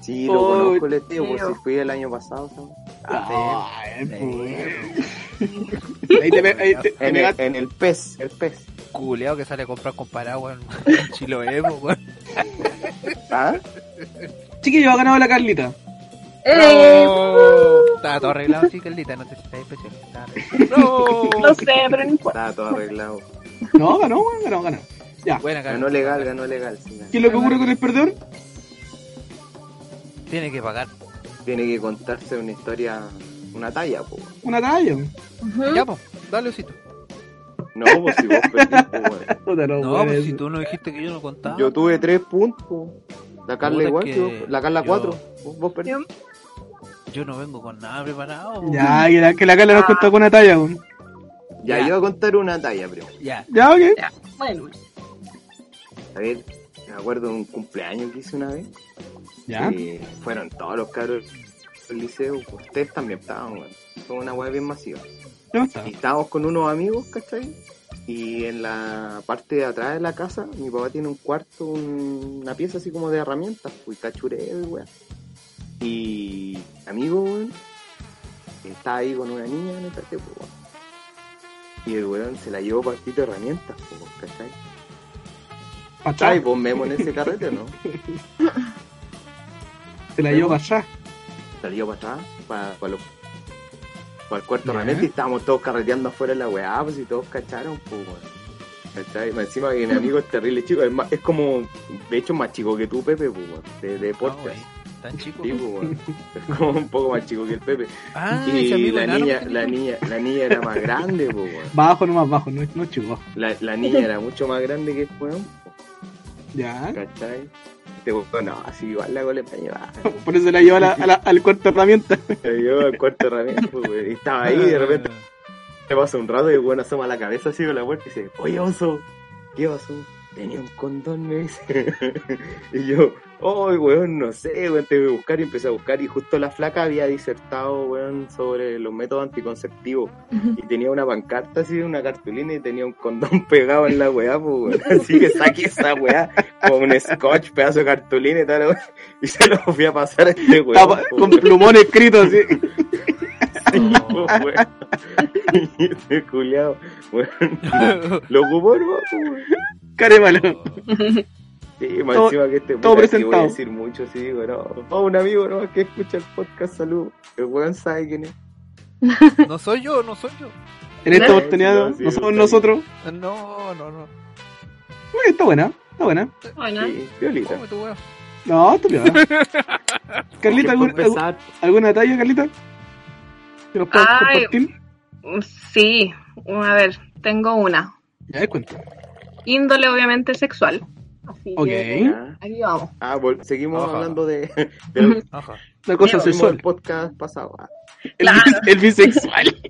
Speaker 4: Sí, lo
Speaker 3: Oh,
Speaker 4: conozco, le digo, por
Speaker 7: tío.
Speaker 4: si fui el año pasado, ¿sabes? Ah.
Speaker 3: Ay,
Speaker 5: Sí,
Speaker 3: pues. Ahí te, pe- ahí te- te
Speaker 4: En el,
Speaker 3: pegaste.
Speaker 4: en el pez, el pez.
Speaker 5: Culeado que sale a comprar con paraguas en en Chiloé, bro, weón.
Speaker 4: ¿Ah?
Speaker 3: Chiquillo, ha ganado la Carlita.
Speaker 7: Eh,
Speaker 5: Estaba todo arreglado, sí, Carlita, no te sientas especial. Estaba arreglado.
Speaker 7: no sé, pero no importa.
Speaker 4: Está todo arreglado.
Speaker 3: No, ganó, weón, ganó, ganó. Ya.
Speaker 5: Buena, Carlos.
Speaker 4: Ganó legal, ganó legal. sí, ganó.
Speaker 3: ¿Qué es lo que ocurre con el perdedor?
Speaker 5: Tiene que pagar.
Speaker 4: Tiene que contarse una historia, una talla, pues. bueno.
Speaker 3: Una talla.
Speaker 7: Ujú.
Speaker 5: Ya, po, dale, osito.
Speaker 4: No, pues si vos perdiste, pues, bueno.
Speaker 3: Puta, no,
Speaker 5: No,
Speaker 3: weón,
Speaker 5: pues
Speaker 3: eso.
Speaker 5: si tú no dijiste que yo no contaba.
Speaker 4: Yo tuve tres puntos. La Carla
Speaker 5: Puta
Speaker 4: igual,
Speaker 5: que
Speaker 4: que vos- la Carla
Speaker 5: yo-
Speaker 4: cuatro. Vos, vos perdiste.
Speaker 5: Yo no vengo con nada preparado. po.
Speaker 3: Ya, que la, que la Carla nos contó con una talla, weón.
Speaker 4: Ya,
Speaker 5: Ya.
Speaker 4: yo voy a contar una talla, primo.
Speaker 5: Ya.
Speaker 3: Ya, ok.
Speaker 7: Ya, Bueno,
Speaker 4: A ver, me acuerdo de un cumpleaños que hice una vez.
Speaker 3: Ya.
Speaker 4: que fueron todos los cabros del liceo. pues, Ustedes también estaban, weón. Fue una weá bien masiva.
Speaker 3: Ya basta.
Speaker 4: Y estábamos con unos amigos, ¿cachai? Y en la parte de atrás de la casa, mi papá tiene un cuarto, un- una pieza así como de herramientas, pues cachureo y weá. Y amigo, weón, está ahí con una niña en el patio, pues, weón. Y el weón se la llevó partito de herramientas, pues, weón, ¿cachai?
Speaker 3: Pa' atrás.
Speaker 4: ¿Cachai? ¿Vos memo en ese carrete o no?
Speaker 3: Se la llevo para atrás.
Speaker 4: Se la llevó para atrás, para, para, los- para el cuarto de
Speaker 3: Ya.
Speaker 4: herramientas y estábamos todos carreteando afuera en la weá, pues y todos cacharon, pues, weón. ¿Cachai? Más Encima
Speaker 5: Mm.
Speaker 4: que mi amigo es terrible chico, es, más- es como, de hecho, más chico que tú, Pepe, pues, weón, de, de
Speaker 5: No,
Speaker 4: podcast.
Speaker 5: güey. Tan chico.
Speaker 4: Sí, pues, weón. Es como un poco más chico que el Pepe.
Speaker 5: Ah, ese
Speaker 4: y
Speaker 5: amigo
Speaker 4: la
Speaker 5: enano
Speaker 4: niña,
Speaker 5: que
Speaker 4: la
Speaker 5: tenía.
Speaker 4: niña, la niña era más grande, pues, weón.
Speaker 3: Bajo, no más bajo, no, no chico, bajo.
Speaker 4: La, la niña era mucho más grande que el weón,
Speaker 3: Ya.
Speaker 4: ¿cachai? Te gustó, no, así igual la golepa llevaba.
Speaker 3: Por eso se la llevo a la, a la- al cuarto de herramientas.
Speaker 4: Yo al cuarto de herramientas, pues, weón, y estaba ahí y de repente
Speaker 3: Ah.
Speaker 4: Se pasa un rato y el weón asoma la cabeza así con la puerta y dice, oye oso, ¿qué pasó? Tenía un condón, me dice. y yo, oh weón, no sé, weón, te voy a buscar y empecé a buscar y justo la flaca había disertado, weón, sobre los métodos anticonceptivos. Y tenía una pancarta así, una cartulina y tenía un condón pegado en la weá, pues weón. Así que saqué esa weá con un scotch, pedazo de cartulina y tal, weón. Y se lo fui a pasar a este weón.
Speaker 3: Tapa-
Speaker 4: pues,
Speaker 3: Ah, con
Speaker 4: weón.
Speaker 3: plumón escrito así.
Speaker 5: Oh.
Speaker 4: Y este culiao, weón, lo ocupó, ¿no? Weón.
Speaker 3: Caremalo.
Speaker 4: Sí, más
Speaker 3: Todo-
Speaker 4: encima que este
Speaker 3: todo
Speaker 4: puta, es que voy a
Speaker 3: presentado.
Speaker 4: decir mucho, sí, digo, no. Oh, un amigo no que escucha el podcast, salud. El weón sabe quién es.
Speaker 5: No soy yo, no soy yo. Ah,
Speaker 3: En esta
Speaker 4: No,
Speaker 3: oportunidad
Speaker 4: no, sí,
Speaker 3: no somos
Speaker 4: está
Speaker 3: nosotros.
Speaker 5: No, no, no.
Speaker 3: Uy, está buena, está buena.
Speaker 7: bueno.
Speaker 4: Sí, violita.
Speaker 5: Come tu weón.
Speaker 3: No, está bien. Carlita,
Speaker 4: Que por
Speaker 3: ¿algún, algún-
Speaker 4: pesar,
Speaker 3: ¿alguna talla, Carlita? ¿Que nos puedas
Speaker 7: Ay.
Speaker 3: compartir?
Speaker 7: Sí, a ver, tengo una.
Speaker 3: Ya, cuenta.
Speaker 7: Índole, obviamente, sexual. Así
Speaker 3: Ok.
Speaker 7: que
Speaker 4: ¿ah?
Speaker 7: aquí vamos.
Speaker 4: Ah, vol- seguimos
Speaker 5: Ajá.
Speaker 4: hablando de, del
Speaker 5: Ajá.
Speaker 3: La cosa
Speaker 4: del
Speaker 3: sexual.
Speaker 4: podcast pasado. ah.
Speaker 3: El,
Speaker 7: Claro.
Speaker 3: bis- el bisexual.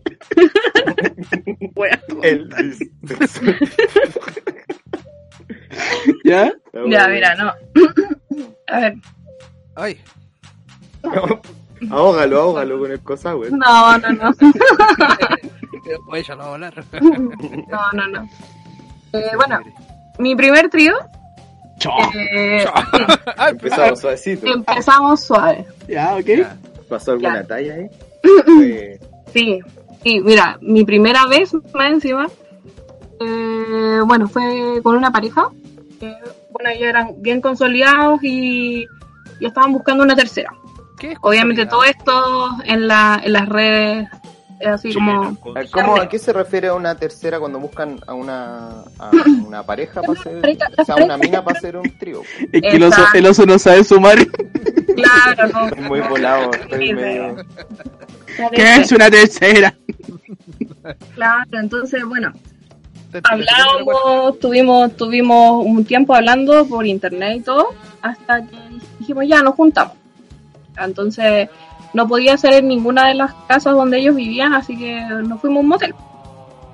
Speaker 4: El bisexual.
Speaker 3: ¿Ya?
Speaker 7: Ya, mira, no. A ver,
Speaker 5: Ay,
Speaker 4: Ahógalo, ahógalo con el cosa, weón.
Speaker 7: no, no, no.
Speaker 5: oye, ya lo voy a hablar.
Speaker 7: No, no, no. Eh, bueno, mi primer trío.
Speaker 4: Ah,
Speaker 7: eh,
Speaker 5: Ay,
Speaker 4: Empezamos suavecito.
Speaker 7: empezamos suave.
Speaker 3: Ya, ok.
Speaker 5: Ya.
Speaker 4: Pasó alguna talla ahí. Eh,
Speaker 7: Sí, sí, mira, mi primera vez más encima, eh, bueno, fue con una pareja. que, bueno, ellos eran bien consolidados y, y estaban buscando una tercera.
Speaker 5: ¿Qué es
Speaker 7: Obviamente todo
Speaker 5: consolidado?
Speaker 7: esto en, la, en las redes, eh, así como...
Speaker 4: ¿Cómo, ¿A qué se refiere a una tercera cuando buscan a una, a una pareja para hacer, o sea, una mina para hacer un trío?
Speaker 3: Es que el oso,
Speaker 7: Exacto.
Speaker 3: el oso no sabe sumar.
Speaker 7: Claro, no.
Speaker 4: Es muy volado, estoy medio...
Speaker 3: ¿Qué es una tercera?
Speaker 7: Claro, entonces, bueno,
Speaker 5: Te- te- te-
Speaker 7: hablábamos, tuvimos, tuvimos un tiempo hablando por internet y todo, hasta que dijimos, ya, nos juntamos. Entonces, no podía ser en ninguna de las casas donde ellos vivían, así que nos fuimos a un motel.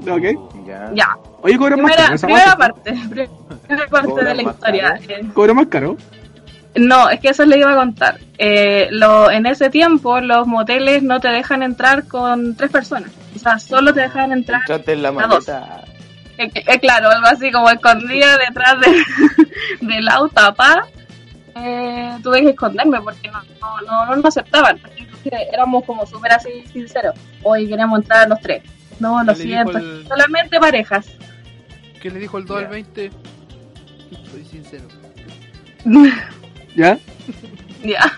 Speaker 3: Ok.
Speaker 4: Ya.
Speaker 7: Ya,
Speaker 3: Oye, cobra más
Speaker 7: primera,
Speaker 3: caro. esa
Speaker 7: primera
Speaker 3: guata.
Speaker 7: parte, primera parte de la
Speaker 4: más
Speaker 7: historia. Eh,
Speaker 3: Cobra más caro.
Speaker 7: No, es que eso les iba a contar. Eh, lo, en ese tiempo, los moteles no te dejan entrar con tres personas. O sea, solo te dejan entrar
Speaker 4: Entraste en la
Speaker 7: Las dos.
Speaker 4: maleta.
Speaker 7: Eh, eh, claro, algo así como escondida detrás de, del auto, papá. Eh, tuve que esconderme porque no, no, no, no nos aceptaban. Porque inclusive éramos como súper así sinceros. Hoy queremos entrar los tres. No, lo
Speaker 5: le dijo
Speaker 7: siento.
Speaker 5: el-
Speaker 7: Solamente parejas.
Speaker 5: ¿Qué le dijo el 2
Speaker 7: Ya.
Speaker 5: al 20? Soy sincero.
Speaker 3: ¿Ya?
Speaker 7: Ya.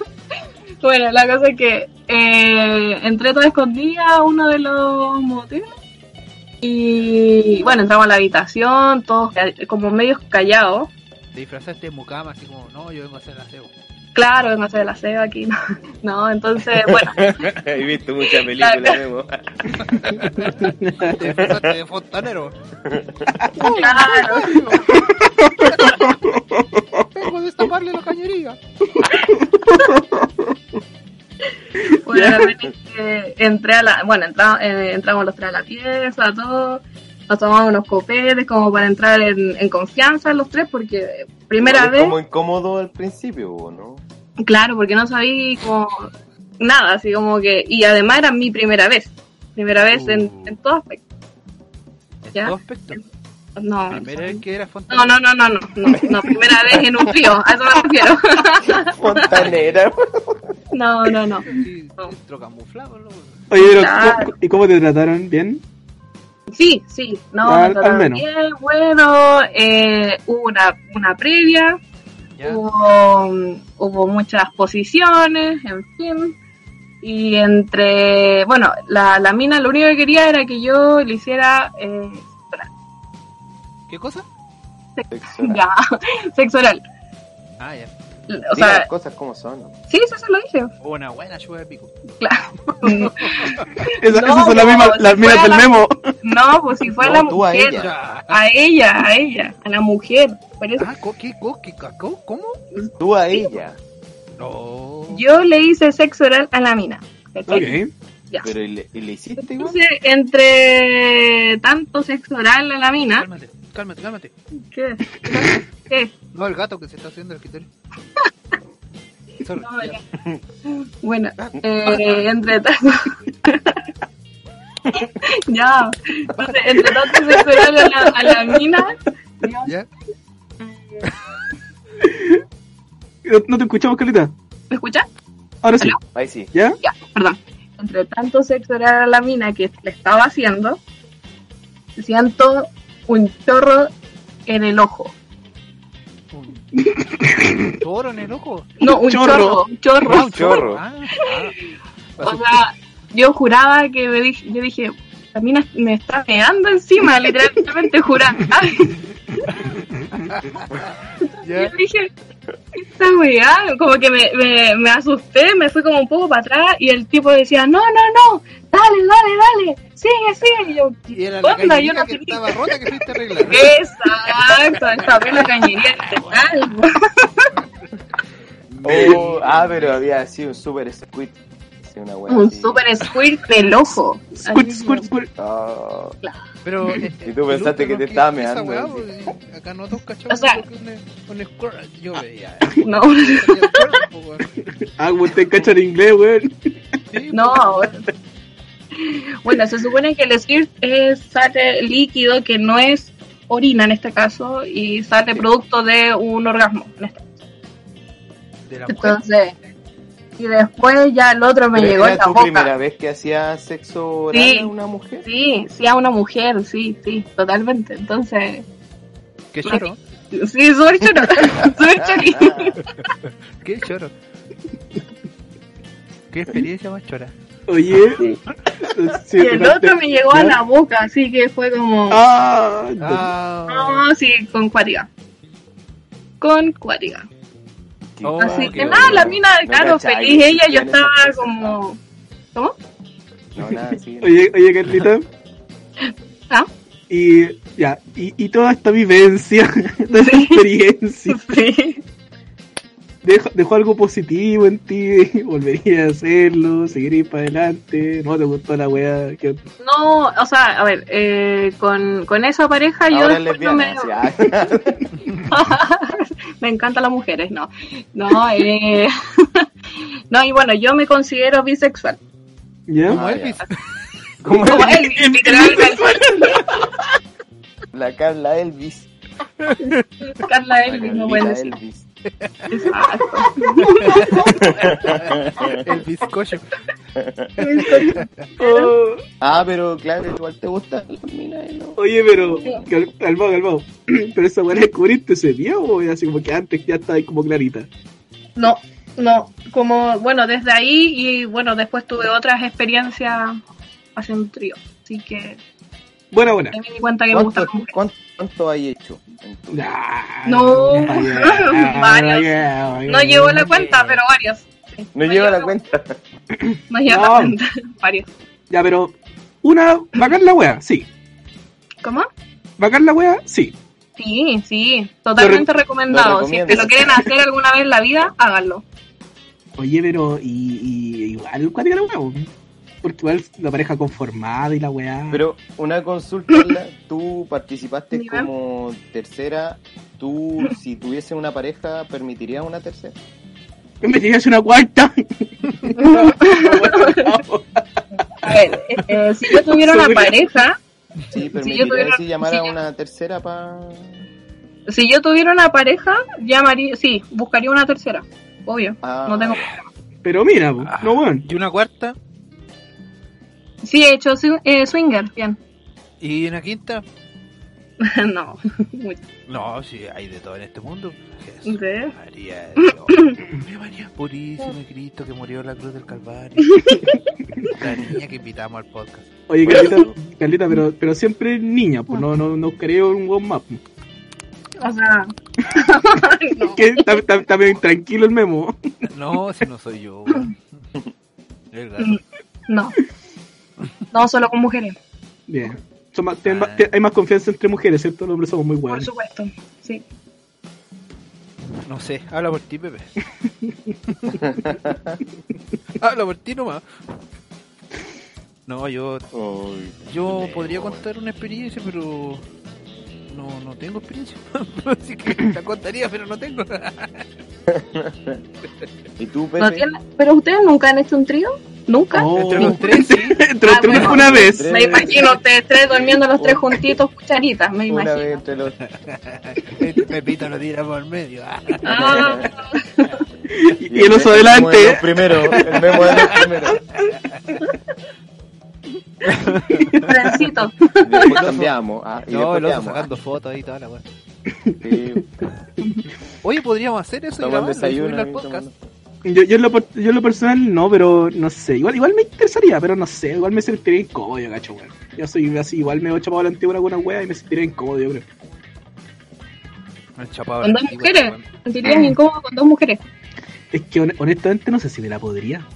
Speaker 7: Bueno, la cosa es que eh, entré toda escondida a uno de los moteles y bueno, entramos a la habitación, todos ca- como medios callados.
Speaker 5: Te disfrazaste de mucama, así como, no, yo vengo a hacer el aseo.
Speaker 7: Claro, vengo a hacer el aseo aquí, ¿no? No, entonces, bueno,
Speaker 4: He visto muchas películas, Memo.
Speaker 5: Te disfrazaste de fontanero.
Speaker 7: claro.
Speaker 5: Vengo a destaparle la cañería.
Speaker 7: Bueno, la verdad es que entré a la, bueno, entra- eh, entramos los tres a la pieza, todo, nos tomamos unos copetes como para entrar en, en confianza los tres porque eh, primera
Speaker 4: Igual es
Speaker 7: vez...
Speaker 4: como incómodo al principio, bo, ¿no?
Speaker 7: Claro, porque no sabía como nada, así como que... Y además era mi primera vez, primera vez en, en todo aspecto.
Speaker 5: En
Speaker 7: ¿Ya?
Speaker 5: todo aspecto.
Speaker 7: No,
Speaker 5: Primera vez que era fontanero.
Speaker 7: no, no, no, no, no, no, no, primera vez en un río, a eso me refiero.
Speaker 4: Fontanera.
Speaker 7: No, no, no.
Speaker 5: Sí,
Speaker 7: No.
Speaker 5: Entro camuflado, loco.
Speaker 3: Oye, pero
Speaker 7: Claro.
Speaker 3: ¿cómo- ¿y cómo te trataron? ¿Bien?
Speaker 7: Sí, sí, no,
Speaker 3: Al-
Speaker 7: me trataron
Speaker 3: al menos.
Speaker 7: bien, bueno, eh, hubo una, una previa,
Speaker 5: Ya.
Speaker 7: hubo, mm, hubo muchas posiciones, en fin. Y entre, bueno, la, la mina lo único que quería era que yo le hiciera eh,
Speaker 5: ¿Qué cosa?
Speaker 7: ya, sexo oral.
Speaker 5: Ah, ya.
Speaker 7: O
Speaker 4: Diga las
Speaker 7: sea,
Speaker 4: cosas como son.
Speaker 7: sí, eso se lo dije.
Speaker 5: Una buena lluvia de pico.
Speaker 7: Claro.
Speaker 3: Esa-
Speaker 7: No,
Speaker 3: esas son las
Speaker 7: no,
Speaker 3: mismas, las
Speaker 7: si
Speaker 3: mismas
Speaker 7: fuera
Speaker 3: del
Speaker 7: la-
Speaker 3: memo.
Speaker 7: No, pues si fue
Speaker 4: No,
Speaker 7: la
Speaker 4: tú a
Speaker 7: mujer.
Speaker 4: ella.
Speaker 5: Ya.
Speaker 7: A ella, a ella, a la mujer. Por eso
Speaker 5: Ah, co- ¿qué? co- qué- ca- co- ¿Cómo?
Speaker 4: Tú a ella.
Speaker 5: No.
Speaker 7: yo le hice sexo oral a la mina. ¿cachai?
Speaker 3: Ok.
Speaker 7: Ya.
Speaker 4: Pero ¿y le, y le hiciste igual?
Speaker 7: Entonces, entre tanto sexo oral a la mina,
Speaker 5: Cálmate, cálmate, cálmate.
Speaker 7: ¿qué? ¿Qué?
Speaker 5: No, el gato que se está haciendo el escritorio. Sorry,
Speaker 7: No,
Speaker 5: ya.
Speaker 7: ya. Bueno,
Speaker 3: Ah.
Speaker 7: eh, entre tanto. ya, entonces, entre tanto sexo oral a la, a la mina, yo
Speaker 5: ¿Ya?
Speaker 3: No- No te escuchamos, Carlita.
Speaker 7: ¿Me escuchas?
Speaker 3: Ahora sí.
Speaker 4: Ahí sí.
Speaker 3: ¿Ya?
Speaker 7: Ya, perdón. Entre tanto sexo oral a la mina que le estaba haciendo, siento un chorro en el ojo.
Speaker 5: Un- ¿Toro en el ojo?
Speaker 7: No, un
Speaker 3: Chorro.
Speaker 7: chorro, un chorro.
Speaker 4: Ah, un chorro.
Speaker 5: Ah,
Speaker 7: O sea, yo juraba que me dije, yo dije, la mina me está pegando encima, literalmente juraba.
Speaker 5: ah.
Speaker 7: Yo
Speaker 5: Ya.
Speaker 7: dije, esta weá, como que me, me, me asusté, me fui como un poco para atrás y el tipo decía, no, no, no, dale, dale, dale, sigue, sigue. Y yo,
Speaker 5: Y era la
Speaker 7: ¿qué onda?
Speaker 5: cañería
Speaker 7: Yo no
Speaker 5: que
Speaker 7: tenía-
Speaker 5: estaba rota que fuiste a arreglar.
Speaker 4: Eh,
Speaker 7: Exacto, esta vez la cañería tal.
Speaker 4: Oh, ah, pero había sido un super squid. Sí, una buena,
Speaker 7: Un
Speaker 4: sí.
Speaker 7: super squirt del ojo.
Speaker 3: Squirt,
Speaker 7: Así
Speaker 3: squirt, squirt.
Speaker 4: Oh,
Speaker 5: Pero, eh,
Speaker 4: Y
Speaker 5: eh,
Speaker 4: tú
Speaker 5: el
Speaker 4: pensaste
Speaker 5: otro
Speaker 4: que
Speaker 5: no
Speaker 4: te
Speaker 5: quiso
Speaker 4: estaba
Speaker 5: esa
Speaker 4: meando,
Speaker 5: weá,
Speaker 4: así.
Speaker 5: pues, y Acá no todos cachamos
Speaker 7: O sea-
Speaker 5: porque un, un squirt. Yo veía. pues,
Speaker 7: No.
Speaker 3: Ah, güey, te cachan inglés, güey.
Speaker 5: Sí,
Speaker 7: No, bueno, se supone que el squirt es, sale líquido que no es orina en este caso y sale producto de un orgasmo. en este-
Speaker 5: pues, De la mujer.
Speaker 7: Entonces, y después ya el otro me
Speaker 4: ¿pero
Speaker 7: llegó
Speaker 4: ¿Era
Speaker 7: en la
Speaker 4: tu
Speaker 7: boca.
Speaker 4: primera vez que hacía sexo oral
Speaker 7: Sí.
Speaker 4: a una mujer?
Speaker 7: Sí, sí, a una mujer, sí, sí, totalmente. Entonces,
Speaker 5: Qué choro.
Speaker 7: sí, súper chulo, súper chulín.
Speaker 5: Qué choro. Qué experiencia más chora.
Speaker 3: Oye. Sí,
Speaker 7: Y el
Speaker 3: te-
Speaker 7: otro me llegó a
Speaker 3: ¿Ya?
Speaker 7: la boca, así que fue como...
Speaker 3: Ah,
Speaker 5: Ah,
Speaker 7: No, sí, con cuática. Con cuática.
Speaker 4: Qué
Speaker 5: Oh,
Speaker 4: guay,
Speaker 7: Así
Speaker 4: Ah, qué
Speaker 7: que nada,
Speaker 4: bueno.
Speaker 7: la mina,
Speaker 4: No
Speaker 7: claro,
Speaker 4: cachai,
Speaker 7: feliz ella, yo
Speaker 4: existían esas
Speaker 7: estaba
Speaker 4: cosas,
Speaker 7: como... ¿Cómo?
Speaker 4: No, nada, sí.
Speaker 3: oye, oye, Carlita.
Speaker 7: Ah.
Speaker 3: Y ya, y, y toda esta vivencia, toda esta
Speaker 7: Sí.
Speaker 3: experiencia,
Speaker 7: Sí.
Speaker 3: dejó, dejó algo positivo en ti, volvería a hacerlo, seguir para adelante, no te gustó la weá, que
Speaker 7: No, o sea, a ver, eh, con, con esa pareja yo
Speaker 4: Ahora es
Speaker 7: después no
Speaker 4: lesbiana.
Speaker 7: me...
Speaker 4: así, ah,
Speaker 7: me encantan las mujeres, no. No, eh... no, y bueno, yo me considero bisexual.
Speaker 3: ¿ya?
Speaker 5: como
Speaker 4: Ah,
Speaker 5: Elvis.
Speaker 4: ¿cómo
Speaker 7: Como
Speaker 4: es?
Speaker 7: Elvis, literalmente.
Speaker 4: La la Carla Elvis.
Speaker 7: Carla
Speaker 4: La
Speaker 7: Elvis, no
Speaker 4: Carlita
Speaker 7: puede ser.
Speaker 4: Elvis.
Speaker 7: Exacto.
Speaker 5: El bizcocho.
Speaker 3: Oh,
Speaker 4: Ah, pero claro, igual te gustan las minas, ¿eh? ¿no?
Speaker 3: Oye, pero. cal- Calmado, calmado. Pero esa weá la descubriste ese día o era así como que antes ya estaba ahí como clarita.
Speaker 7: No, no, como, bueno, desde ahí y bueno, después tuve otras experiencias haciendo trío. Así que
Speaker 3: Buena, buena.
Speaker 7: ahí me di cuenta que me gusta
Speaker 4: ¿Cuánto, cuánto, cuánto hay hecho?
Speaker 3: Ah,
Speaker 7: No.
Speaker 3: yeah,
Speaker 7: Varios.
Speaker 3: yeah,
Speaker 7: No
Speaker 3: yeah.
Speaker 7: llevo la cuenta, pero varios. Sí,
Speaker 4: No lleva la
Speaker 7: llevo-
Speaker 4: cuenta.
Speaker 7: No llevo
Speaker 3: No.
Speaker 7: la cuenta, varios.
Speaker 3: Ya, pero. Una. Bacán la wea, sí.
Speaker 7: ¿Cómo?
Speaker 3: Bacán la wea, sí.
Speaker 7: Sí, sí, totalmente recomendado. Si es que
Speaker 4: recomiendas.
Speaker 7: lo quieren hacer alguna vez en la vida, háganlo.
Speaker 3: Oye, pero. Y, y igual, ¿cuál era la wea? weón? Porque igual la pareja conformada y la wea.
Speaker 4: Pero una consulta, Carla, tú participaste
Speaker 7: Mira.
Speaker 4: como tercera. ¿Tú, si tuviese una pareja, permitirías una tercera?
Speaker 3: Me tenías una cuarta.
Speaker 7: A ver, eh, si yo tuviera una
Speaker 3: Seguridad.
Speaker 7: pareja,
Speaker 4: Sí,
Speaker 7: yo
Speaker 4: permitirías
Speaker 7: tuviera-
Speaker 4: si llamara a
Speaker 7: si yo-
Speaker 4: una tercera para.
Speaker 7: si yo tuviera una pareja, llamaría, sí, buscaría una tercera, obvio.
Speaker 4: Ah,
Speaker 7: No tengo
Speaker 3: Pero mira, po,
Speaker 5: Ah.
Speaker 3: no weón.
Speaker 5: Y una cuarta
Speaker 7: Sí, he hecho swi- eh, swinger, bien.
Speaker 5: y una quinta.
Speaker 7: no, mucho.
Speaker 5: No, sí, hay de todo en este mundo. Jesús,
Speaker 7: ¿De?
Speaker 5: María, Dios. Mi María Purísima, Cristo que murió en la cruz del Calvario. la niña que invitamos al podcast.
Speaker 3: Oye, Carlita, Carlita, pero, pero siempre niña, pues no, no, no quería un weón más. po.
Speaker 7: O sea, no.
Speaker 3: Que está, está, está bien tranquilo el memo.
Speaker 5: No, si no soy yo. weón. Es raro.
Speaker 7: no. No, solo con mujeres,
Speaker 3: Bien. Son más- tienen
Speaker 5: Ah.
Speaker 3: más- tien- hay más confianza entre mujeres, ¿cierto? Los hombres somos muy
Speaker 7: por
Speaker 3: buenos.
Speaker 7: supuesto. Sí.
Speaker 5: No sé, habla por ti, Pepe. habla por ti nomás. No, yo,
Speaker 4: Uy,
Speaker 5: yo
Speaker 4: Leo,
Speaker 5: podría
Speaker 4: bueno.
Speaker 5: contar una experiencia, pero no, no tengo experiencia. Así que la contaría, pero no tengo.
Speaker 4: ¿Y tú, Pepe?
Speaker 7: No tiene- ¿Pero ustedes nunca han hecho un trío? ¿Nunca?
Speaker 3: Oh.
Speaker 5: Entre los tres, sí.
Speaker 3: Entre los
Speaker 7: Ah,
Speaker 3: tres
Speaker 7: bueno.
Speaker 3: una vez.
Speaker 4: Tres.
Speaker 7: Me imagino, ustedes tres durmiendo los tres juntitos, cucharitas, me
Speaker 4: Una
Speaker 7: imagino.
Speaker 4: vez entre los.
Speaker 5: Este Pepito lo tira por medio. Ah,
Speaker 7: Ah,
Speaker 3: Y el oso
Speaker 4: memo de
Speaker 3: adelante.
Speaker 4: los primeros, El memo de los primeros.
Speaker 7: trencito.
Speaker 4: Después cambiamos. Ah, y después
Speaker 5: no, el otro
Speaker 4: cambiamos.
Speaker 5: sacando fotos ahí y toda la weá.
Speaker 4: Sí,
Speaker 5: Oye, podríamos hacer eso y
Speaker 4: tomando
Speaker 5: grabarlo y subirlo
Speaker 4: desayuno.
Speaker 5: al
Speaker 4: ahí,
Speaker 5: podcast.
Speaker 4: tomando-
Speaker 3: Yo, yo, en lo, per- yo en lo personal no, pero no sé. Igual, igual me interesaría, pero no sé. Igual me sentiría incómodo, yo cacho, weón. Yo soy así, igual me he chapado la antigua con una wea y me sentiría incómodo, yo creo.
Speaker 5: El chapado
Speaker 7: Con dos
Speaker 5: antiguo,
Speaker 7: mujeres.
Speaker 5: weón.
Speaker 7: ¿Te sentirías incómodo con dos mujeres?
Speaker 3: Es que hon- honestamente no sé si me la podría.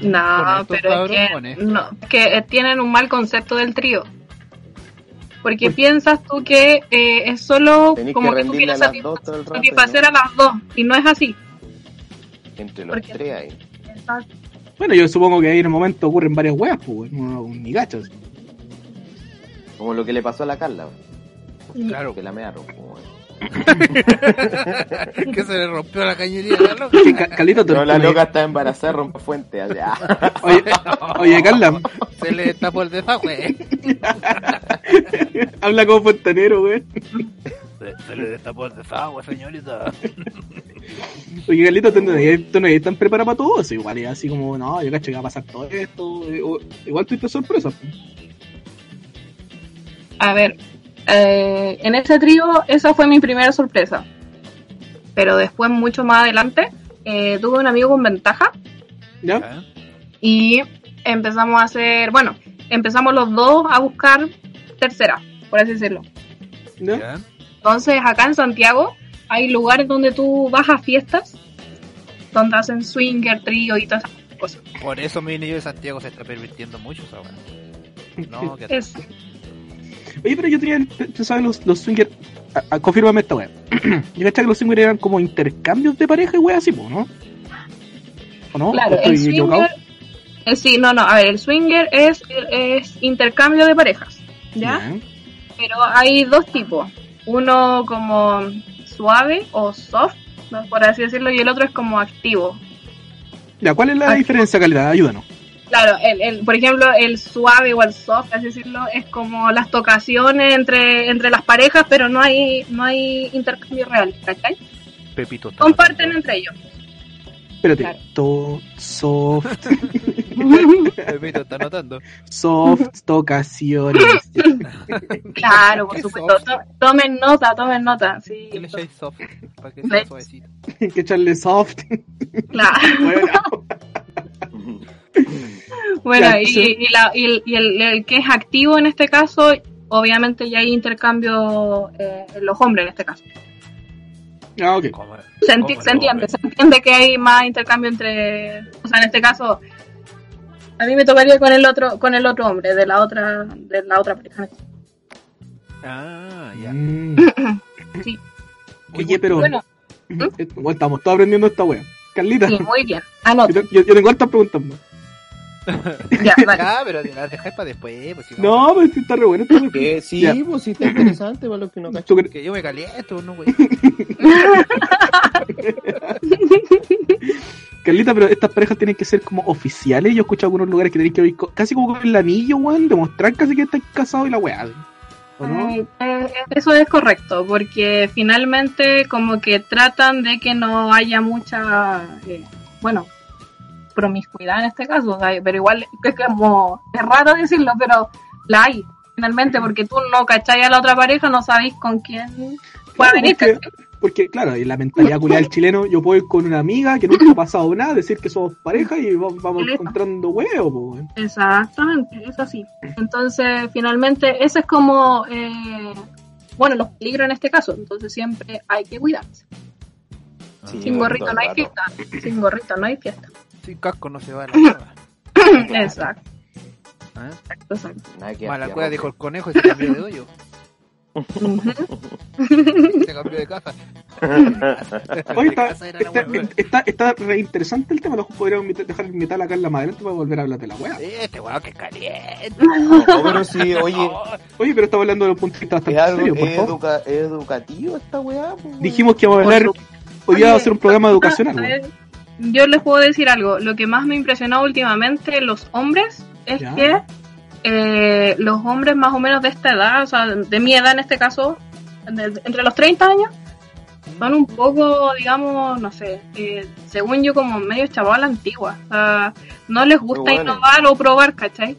Speaker 7: No,
Speaker 5: Honesto,
Speaker 7: pero es que,
Speaker 5: cabrones.
Speaker 7: no, es que eh, tienen un mal concepto del trío. Porque piensas tú que eh, es solo
Speaker 4: Tenés
Speaker 7: como
Speaker 4: que
Speaker 7: que tú
Speaker 4: rendirle a
Speaker 7: quieres
Speaker 4: las
Speaker 7: satis-
Speaker 4: dos todo el rato,
Speaker 7: satisfacer a las dos, y no es así.
Speaker 4: Entre los
Speaker 7: Porque-
Speaker 4: tres ahí.
Speaker 3: Bueno, yo supongo que ahí en el momento ocurren varias weas, pues, weón. No, ni gachas.
Speaker 4: Como lo que le pasó a la Carla.
Speaker 5: Claro,
Speaker 4: Que la mearon. como-
Speaker 5: que se le rompió la cañería a la loca.
Speaker 3: Que Ca- Carlita, tú-
Speaker 4: No, la
Speaker 3: tú me-
Speaker 4: loca está embarazada, rompe fuente. así, ah.
Speaker 3: Oye, oye, Carla,
Speaker 5: Se le tapó el desagüe.
Speaker 3: habla como fontanero, weón.
Speaker 5: Se, le destapó el desagüe, señorita.
Speaker 3: Oye, Carlito, tú no eres tú no eres tan preparado para todo eso. Igual es así como, no, yo cacho que va a pasar todo esto. eh, o- Igual tuviste sorpresa.
Speaker 7: A ver, eh, en ese trío esa fue mi primera sorpresa. Pero después, mucho más adelante, eh, tuve un amigo con ventaja
Speaker 3: ¿Ya?
Speaker 7: y empezamos a hacer, bueno, empezamos los dos a buscar tercera, por así decirlo.
Speaker 3: ¿Ya?
Speaker 7: Entonces, acá en Santiago hay lugares donde tú vas a fiestas, donde hacen swinger, trío y todas esas cosas.
Speaker 5: Por eso mi niño de Santiago se está pervirtiendo mucho esa weá. No, que
Speaker 7: Es,
Speaker 3: Oye, pero yo tenía, tú sabes, los, los swingers. a- a- confírmame esta wea. yo cachaba que los swingers eran como intercambios de pareja y wea así, po, ¿no? ¿O no?
Speaker 7: claro,
Speaker 3: ¿O
Speaker 7: el
Speaker 3: estoy equivocado?
Speaker 7: swinger. eh, sí, no, no, a ver, el swinger es, es intercambio de parejas, ¿ya? Pero hay dos tipos. Uno como suave o soft, ¿no? por así decirlo, y el otro es como activo.
Speaker 3: Ya, ¿cuál es la
Speaker 7: Aquí.
Speaker 3: diferencia, Carlita? Ayúdanos.
Speaker 7: Claro, el, el, por ejemplo, el suave o el soft, así decirlo, es como las tocaciones entre, entre las parejas, pero no hay, no hay intercambio real, ¿cachai?
Speaker 5: Pepito. está
Speaker 7: Comparten
Speaker 5: matando.
Speaker 7: entre ellos.
Speaker 3: Espérate.
Speaker 7: Claro.
Speaker 3: To- soft,
Speaker 5: Pepito está anotando.
Speaker 3: soft tocaciones.
Speaker 7: claro, por
Speaker 5: Qué
Speaker 7: supuesto.
Speaker 5: soft.
Speaker 7: To- Tomen nota, tomen nota. Sí,
Speaker 5: ¿Qué le echáis soft? Para que
Speaker 7: Le-
Speaker 5: sea suavecito.
Speaker 3: Hay que echarle soft.
Speaker 7: claro.
Speaker 3: Bueno,
Speaker 7: Bueno,
Speaker 3: Claro,
Speaker 7: y,
Speaker 3: sí.
Speaker 7: y la- y el- y el, el que es activo en este caso, obviamente ya hay intercambio eh, en los hombres en este caso.
Speaker 3: ah, ok.
Speaker 5: ¿Cómo es?
Speaker 7: Se, enti-
Speaker 5: Hombre,
Speaker 7: se entiende,
Speaker 5: hombre.
Speaker 7: se entiende que hay más intercambio entre, o sea, en este caso, a mí me tocaría con el otro, con el otro hombre de la otra, de la otra pareja.
Speaker 5: Ah, ya.
Speaker 3: Mm.
Speaker 7: Sí.
Speaker 3: Oye, pero
Speaker 7: Bueno,
Speaker 3: Bueno, estamos todos aprendiendo esta wea. Carlita,
Speaker 7: sí, muy bien. Ah, Anota,
Speaker 3: yo, yo- yo tengo hartas preguntas más.
Speaker 7: ya, vale.
Speaker 5: Ah, pero las dejáis para después. Pues, si
Speaker 3: No, pero sí está re bueno. este Está re-
Speaker 4: Que sí,
Speaker 3: Ya.
Speaker 4: pues sí está interesante para los que no
Speaker 3: ¿Tú
Speaker 4: cachan.
Speaker 3: cre-
Speaker 5: Que yo me caliento, no, güey.
Speaker 3: Carlita, pero estas parejas tienen que ser como oficiales. Yo he escuchado algunos lugares que tenéis que ir co- casi como con el anillo, weón. Demostrar casi que estáis casados y la weá. así. ¿O no?
Speaker 7: Eh, eh, Eso es correcto, porque finalmente como que tratan de que no haya mucha, eh, bueno, promiscuidad en este caso, o sea, pero igual es como, es raro decirlo, pero la hay finalmente, porque tú no cacháis a la otra pareja, no sabéis con quién puede
Speaker 3: Claro,
Speaker 7: venir.
Speaker 3: porque,
Speaker 7: ¿cachai?
Speaker 3: porque, claro, en la mentalidad culiada del chileno, yo puedo ir con una amiga que nunca ha pasado nada, decir que somos pareja y va- vamos
Speaker 7: Listo.
Speaker 3: encontrando huevos, po, weón.
Speaker 7: Exactamente, es así. Entonces, finalmente, ese es como, eh, bueno, los peligros en este caso, entonces siempre hay que cuidarse.
Speaker 4: Sí,
Speaker 7: Sin
Speaker 4: bueno,
Speaker 7: gorrito
Speaker 4: todo
Speaker 7: no hay
Speaker 4: el rato.
Speaker 7: fiesta, sin gorrito no hay fiesta.
Speaker 5: Sin casco no se va a la mierda.
Speaker 4: Claro.
Speaker 7: Exacto,
Speaker 5: ¿Ah?
Speaker 7: exacto.
Speaker 4: Nada que hacer,
Speaker 5: Malacura
Speaker 4: ¿no?
Speaker 5: dijo el conejo y se cambió de hoyo.
Speaker 7: Ujú.
Speaker 5: Se cambió de casa.
Speaker 3: Oye,
Speaker 5: De
Speaker 3: está,
Speaker 5: casa era la
Speaker 3: está,
Speaker 5: hueá.
Speaker 3: está, está re interesante el tema. Los podríamos invitar- dejar invitar a Carla más adelante para volver a hablar de la weá.
Speaker 5: Este weón que caliente.
Speaker 4: No, pero sí, oye,
Speaker 3: Oye, pero estamos hablando de los puntitos
Speaker 4: es
Speaker 3: bastante
Speaker 4: algo
Speaker 3: serios, por
Speaker 4: es
Speaker 3: favor.
Speaker 4: educa- es educativo esta weá. pues.
Speaker 3: Dijimos que íbamos a hablar, hoy día va a ser un programa educacional.
Speaker 7: Ah, A
Speaker 3: weón.
Speaker 7: ver, Yo les puedo decir algo. Lo que más me ha impresionado últimamente en los hombres es
Speaker 3: Ya.
Speaker 7: que eh, los hombres más o menos de esta edad, o sea, de mi edad en este caso, de- entre los 30 años, son un poco, digamos, no sé, eh, según yo, como medio chaval a la antigua. O sea, no les gusta
Speaker 4: Muy bueno.
Speaker 7: innovar o probar, ¿cachai?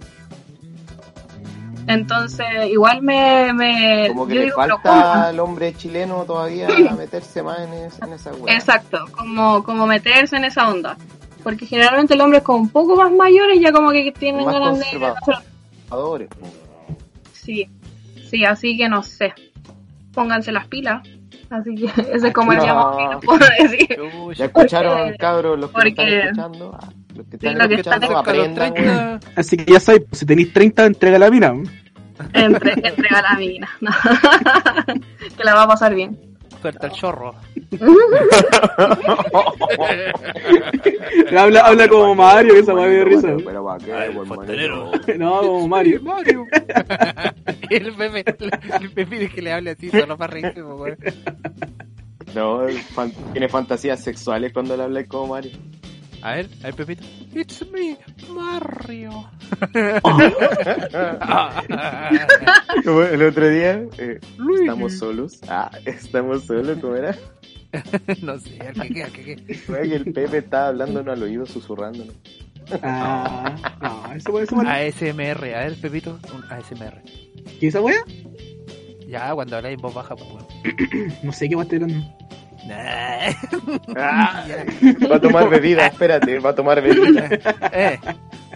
Speaker 7: Entonces, igual me. me
Speaker 4: Mm. Como que
Speaker 7: yo
Speaker 4: le
Speaker 7: digo, pero ¿cómo?
Speaker 4: falta al hombre chileno todavía a meterse más en, es- en esa weá.
Speaker 7: Exacto, como, como meterse en esa onda. Porque generalmente el hombre es como un poco más mayor y ya como que tienen
Speaker 4: Más
Speaker 7: ganas de...
Speaker 4: conservador. Adores, pues.
Speaker 7: Sí, sí, así que no sé. Pónganse las pilas. Así que ese es como el
Speaker 4: No.
Speaker 7: llamado que no puedo decir.
Speaker 4: Ya
Speaker 5: Chucha.
Speaker 4: escucharon,
Speaker 7: Porque-
Speaker 4: cabros, los que
Speaker 7: porque-
Speaker 4: están escuchando. ah, los que están
Speaker 7: lo que están
Speaker 4: escuchando,
Speaker 5: Cerca de los
Speaker 4: aprendan, weón.
Speaker 5: 30.
Speaker 3: Así que ya sabéis, si tenéis 30, entrega la mina. weón.
Speaker 7: Entre, entrega la mina. No. que la va a pasar bien.
Speaker 5: Suelta el chorro.
Speaker 3: Habla, habla como Mario, que esa weá me dio risa.
Speaker 4: Pero,
Speaker 3: weón.
Speaker 4: pero, ¿para qué,
Speaker 5: Ay,
Speaker 4: buen
Speaker 5: fontanero.
Speaker 4: monito?
Speaker 3: No, como Mario.
Speaker 5: el meme, el meme es que le hable así, solo para reírse, pues, po, weón.
Speaker 4: No, el fan- tiene fantasías sexuales cuando le hablas como Mario.
Speaker 5: A ver, a ver, Pepito. It's me, Mario.
Speaker 4: Como el otro día, eh, estamos solos. Ah, estamos solos, ¿cómo era?
Speaker 5: no sé, al que quede, al que quede.
Speaker 4: Y el Pepe estaba hablándonos al oído, susurrándonos.
Speaker 3: Ah, no, esa weá, esa weá.
Speaker 5: ASMR, a ver, Pepito, un ASMR.
Speaker 3: ¿Qué esa weá?
Speaker 5: Ya, cuando habláis en voz baja, pues, weón.
Speaker 3: No sé qué va a estar hablando.
Speaker 5: Nah.
Speaker 4: Ah, va a tomar bebida, espérate, va a tomar bebida.
Speaker 5: Eh,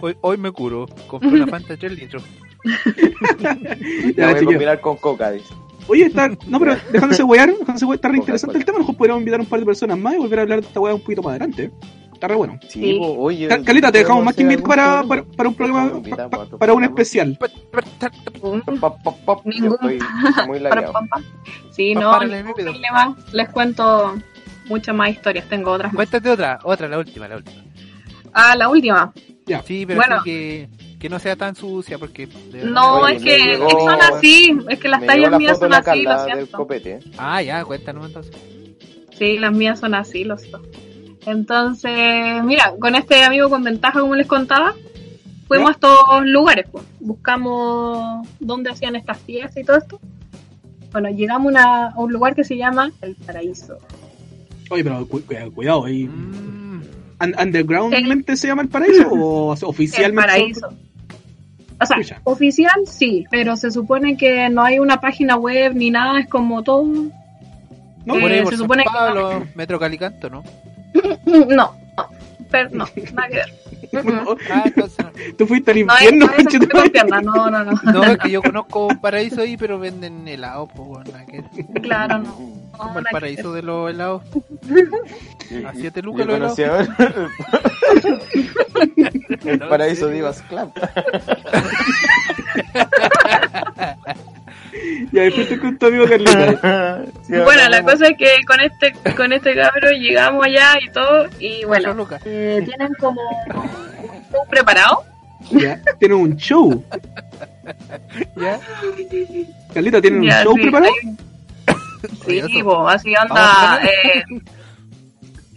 Speaker 5: hoy, hoy me curo. Compré una Fanta de 3 litros.
Speaker 3: Ya,
Speaker 4: La voy a
Speaker 3: chiquillo.
Speaker 4: combinar con coca, dice.
Speaker 3: Oye, está. No, pero dejándose wear, dejándose wear, está re interesante el tema. A lo mejor podríamos invitar a un par de personas más y volver a hablar de esta weá un poquito más adelante. Está re bueno.
Speaker 4: Sí,
Speaker 7: Sí.
Speaker 4: po, oye.
Speaker 3: Cal- Calita, te dejamos
Speaker 4: podemos
Speaker 3: más que
Speaker 4: hacer
Speaker 3: invit para,
Speaker 4: algún
Speaker 3: para,
Speaker 4: programa.
Speaker 3: para un
Speaker 4: Te
Speaker 3: programa,
Speaker 4: invitamos
Speaker 3: pa-
Speaker 4: a otro
Speaker 3: para un
Speaker 4: programa.
Speaker 3: especial.
Speaker 4: Pop, pop, pop. Yo
Speaker 7: Ningún-
Speaker 4: estoy muy
Speaker 7: Para,
Speaker 4: lagueado.
Speaker 7: pa, pa. Sí,
Speaker 5: Pa-
Speaker 7: no,
Speaker 5: párale,
Speaker 7: ningún
Speaker 5: Pepito.
Speaker 7: problema. les cuento muchas más historias. Tengo otras más.
Speaker 5: Cuéntate otra, otra, la última, la última.
Speaker 7: Ah, la última.
Speaker 5: Sí, pero
Speaker 7: Bueno.
Speaker 5: sí que, que no sea tan sucia porque... de-
Speaker 7: No,
Speaker 4: Oye,
Speaker 7: es
Speaker 4: me
Speaker 7: que,
Speaker 4: llegó-
Speaker 7: es que son así. Es que las
Speaker 4: Me llegó
Speaker 7: tallas
Speaker 4: la
Speaker 7: mías
Speaker 4: foto de
Speaker 7: son
Speaker 4: la
Speaker 7: así, lo
Speaker 4: Carla del
Speaker 7: siento.
Speaker 4: copete. ¿eh?
Speaker 5: Ah, ya, cuéntanos entonces.
Speaker 7: Sí, las mías son así, los dos. Entonces, mira, con este amigo con ventaja, como les contaba, fuimos a estos lugares, pues. buscamos dónde hacían estas fiestas y todo esto. Bueno, llegamos a una- a un lugar que se llama El Paraíso.
Speaker 3: Oye, pero cu- cu- cuidado, ahí.
Speaker 5: Mm,
Speaker 3: un- ¿Undergroundmente se llama el paraíso o o sea,
Speaker 7: El
Speaker 3: oficialmente?
Speaker 7: Paraíso. O sea,
Speaker 3: Escucha.
Speaker 7: oficial sí, pero se supone que no hay una página web ni nada, es como todo.
Speaker 3: No,
Speaker 7: Eh,
Speaker 5: por ahí por
Speaker 7: se
Speaker 5: San
Speaker 7: supone que-
Speaker 5: Pablo, Metro Calicanto, ¿no?
Speaker 7: No, no, pero no, nada que ver.
Speaker 3: No,
Speaker 5: Ah, entonces no.
Speaker 3: Tú fuiste al
Speaker 7: No es,
Speaker 3: infierno,
Speaker 7: no es
Speaker 3: conchetumare.
Speaker 7: con pierna, no, no, no.
Speaker 5: No, es que yo conozco un paraíso ahí, pero venden helado, pues bueno, nada que-
Speaker 7: Claro, no.
Speaker 4: Mm,
Speaker 7: Ah, No,
Speaker 5: como el
Speaker 7: nada que
Speaker 5: paraíso de los helados. A siete lucas
Speaker 4: mm, Yo
Speaker 5: los helados.
Speaker 4: conocí a ver. El paraíso de Ivas Club.
Speaker 3: Y ahí fuiste con tu amigo
Speaker 5: Ah,
Speaker 3: Carlita.
Speaker 4: Sí,
Speaker 7: Bueno, la
Speaker 4: hablamos.
Speaker 7: cosa es que con este con este cabro llegamos allá y todo y
Speaker 5: Ocho
Speaker 7: bueno,
Speaker 5: lucas.
Speaker 7: eh, tienen como un show preparado.
Speaker 3: Ya, Tienen un show.
Speaker 5: ¿Ya?
Speaker 3: Carlita, ¿tienen un
Speaker 7: Ya,
Speaker 3: show
Speaker 7: sí,
Speaker 3: preparado?
Speaker 7: hay- Sí,
Speaker 5: Curioso.
Speaker 7: po, así
Speaker 5: Vamos
Speaker 7: anda.
Speaker 5: a ver.
Speaker 7: eh,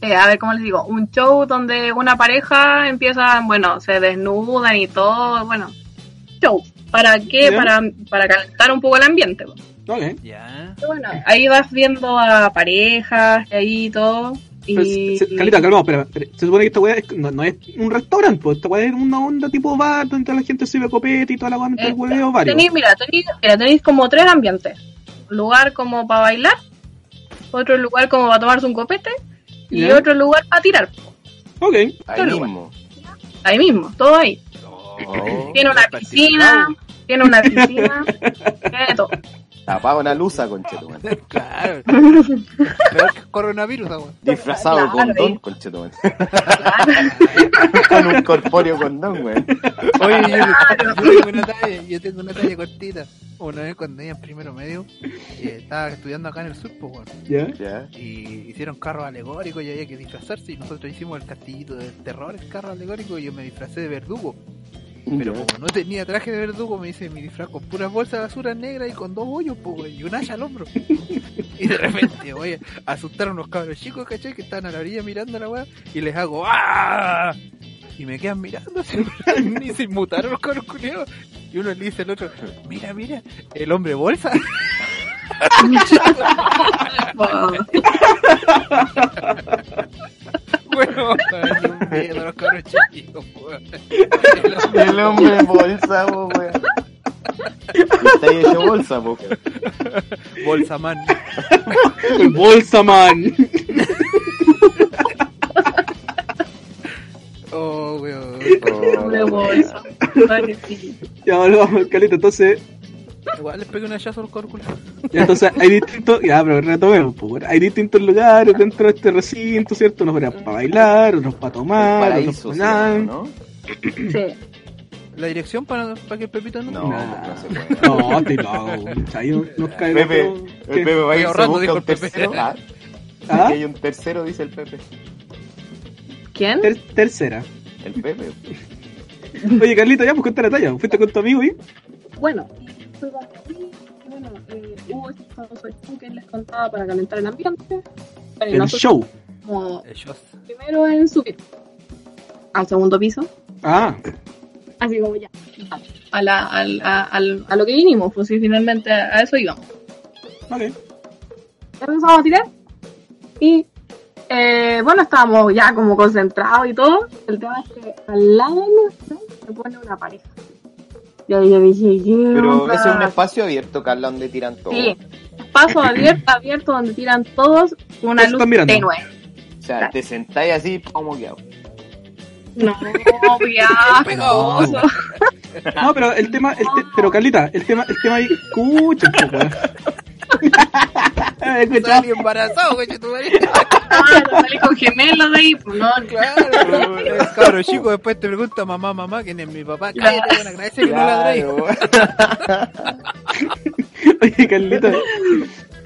Speaker 7: eh, a ver, ¿cómo les digo? Un show donde una pareja empieza, bueno, se desnudan y todo, bueno. Show. ¿Para qué?
Speaker 3: Ya.
Speaker 7: Para, para calentar un poco el ambiente. po.
Speaker 3: Ok.
Speaker 5: Ya.
Speaker 7: Y bueno, ahí vas viendo a parejas y ahí todo. Y...
Speaker 3: Entonces, se- Pues, Carlita, calmado, espera, espera. Se supone que esta weá es- no, no es un restaurante, pues. Esta weá es una onda tipo bar donde la gente sirve copete y toda la weá mientras
Speaker 7: Eh,
Speaker 3: hueveo varios.
Speaker 7: Tenéis, mira, tenéis, mira, tenéis como tres ambientes. Un lugar como para bailar, otro lugar como para tomarse un copete y
Speaker 3: Ya.
Speaker 7: otro lugar para tirar.
Speaker 3: Ok.
Speaker 4: Ahí
Speaker 7: Pero
Speaker 4: mismo.
Speaker 7: Ahí mismo, todo ahí.
Speaker 4: Oh,
Speaker 7: Tiene una
Speaker 5: Particular.
Speaker 7: piscina, tiene una piscina, tiene todo.
Speaker 4: Tapaba una luza, conchetumal.
Speaker 5: Claro. Pero es que coronavirus, agua.
Speaker 4: Disfrazado de
Speaker 7: Claro,
Speaker 4: condón,
Speaker 7: eh.
Speaker 4: conchetumal. Con un corpóreo condón, weón.
Speaker 5: Oye, yo, yo tengo una talla, yo tengo una talla cortita. Una vez cuando ella en primero medio, eh, estaba estudiando acá en el sur, pues bueno,
Speaker 3: Ya.
Speaker 4: Ya.
Speaker 5: y hicieron carros alegóricos y había que disfrazarse y nosotros hicimos el castillito del terror, el carro alegórico y yo me disfracé de verdugo. Pero
Speaker 4: Ya.
Speaker 5: como no tenía traje de verdugo, me hice mi disfraz con puras bolsas de basura negra y con dos hoyos, po, güey, y un hacha al hombro. Y de repente, oye, asustaron unos cabros chicos, ¿cachai? Que estaban a la orilla mirando a la weá y les hago ¡Ah! Y me quedan mirando, así, y se inmutaron los cabros culiados. Y uno le dice al otro, mira, mira, el hombre bolsa. bueno, yo miedo a los cabros chicos, po, güey.
Speaker 4: El hombre bolsa, po, weón. Y Está ahí hecho bolsa, po. weón.
Speaker 5: Bolsa man.
Speaker 3: El bolsa, man.
Speaker 5: Oh, weón.
Speaker 7: Pobre bolso. Pobrecito.
Speaker 3: Ya, ahora vamos, Carlita, entonces.
Speaker 5: Igual les pegué un hachazo al cabro culiado.
Speaker 3: Ya, entonces hay distintos, ya, pero retomemos, pues, bueno. hay distintos lugares dentro de este recinto, ¿cierto? Unos para bailar, otros para
Speaker 4: El
Speaker 3: tomar, otros
Speaker 4: paraíso,
Speaker 3: para
Speaker 4: se
Speaker 3: nada.
Speaker 4: llama,
Speaker 3: No,
Speaker 4: ¿no?
Speaker 7: Sí.
Speaker 5: ¿La dirección para, para que el Pepito no?
Speaker 4: No,
Speaker 3: Nah.
Speaker 4: no se puede.
Speaker 3: te lo hago, ahí no- nos cae
Speaker 4: Pepe,
Speaker 3: otro-
Speaker 4: el
Speaker 3: ¿qué?
Speaker 4: Pepe va a ir, se
Speaker 5: ahorrando,
Speaker 4: busca
Speaker 5: dijo
Speaker 4: un
Speaker 5: el Pepe.
Speaker 4: tercero. Ah,
Speaker 3: ¿Ah?
Speaker 4: que hay un tercero, dice el Pepe.
Speaker 7: ¿Quién?
Speaker 3: Ter- tercera.
Speaker 4: El Pepe.
Speaker 3: Oye, Carlita, ya, pues cuenta la talla, fuiste con tu amigo y.
Speaker 7: Bueno, fue bastante- bueno, eh, hubo este famoso show que les contaba para calentar el ambiente. Bueno,
Speaker 3: El
Speaker 7: nosotros
Speaker 3: show.
Speaker 7: como
Speaker 5: Ellos.
Speaker 7: primero en subir al segundo piso,
Speaker 3: Ah,
Speaker 7: así como ya, a, la, al- a, al- a lo que vinimos, pues sí, finalmente a eso íbamos.
Speaker 3: ok.
Speaker 7: Ya empezamos a tirar y eh, bueno, estábamos ya como concentrados y todo. El tema es que al lado nuestro se pone una pareja. Y ahí yo dije, ¿qué
Speaker 4: Pero
Speaker 7: onda?
Speaker 4: ese es un espacio abierto, Carla, donde tiran todo.
Speaker 7: Sí, paso abierto, abierto donde tiran todos una
Speaker 3: Todos
Speaker 7: luz
Speaker 3: están mirando.
Speaker 7: tenue.
Speaker 4: O sea, te sentáis así, como que
Speaker 7: No, pegajoso.
Speaker 3: No, pero el tema, el te- pero Carlita, el tema, el tema ahí, escucha, pues, weón. Escucha.
Speaker 5: Salí embarazado, güey, tu madre.
Speaker 7: Claro, salí con gemelos de ahí, pues no,
Speaker 5: Claro. Es cabro chico, después te pregunta mamá, mamá, quién es mi papá. Cállate, bueno, agradece que no ladréis.
Speaker 3: Oye, Carlita.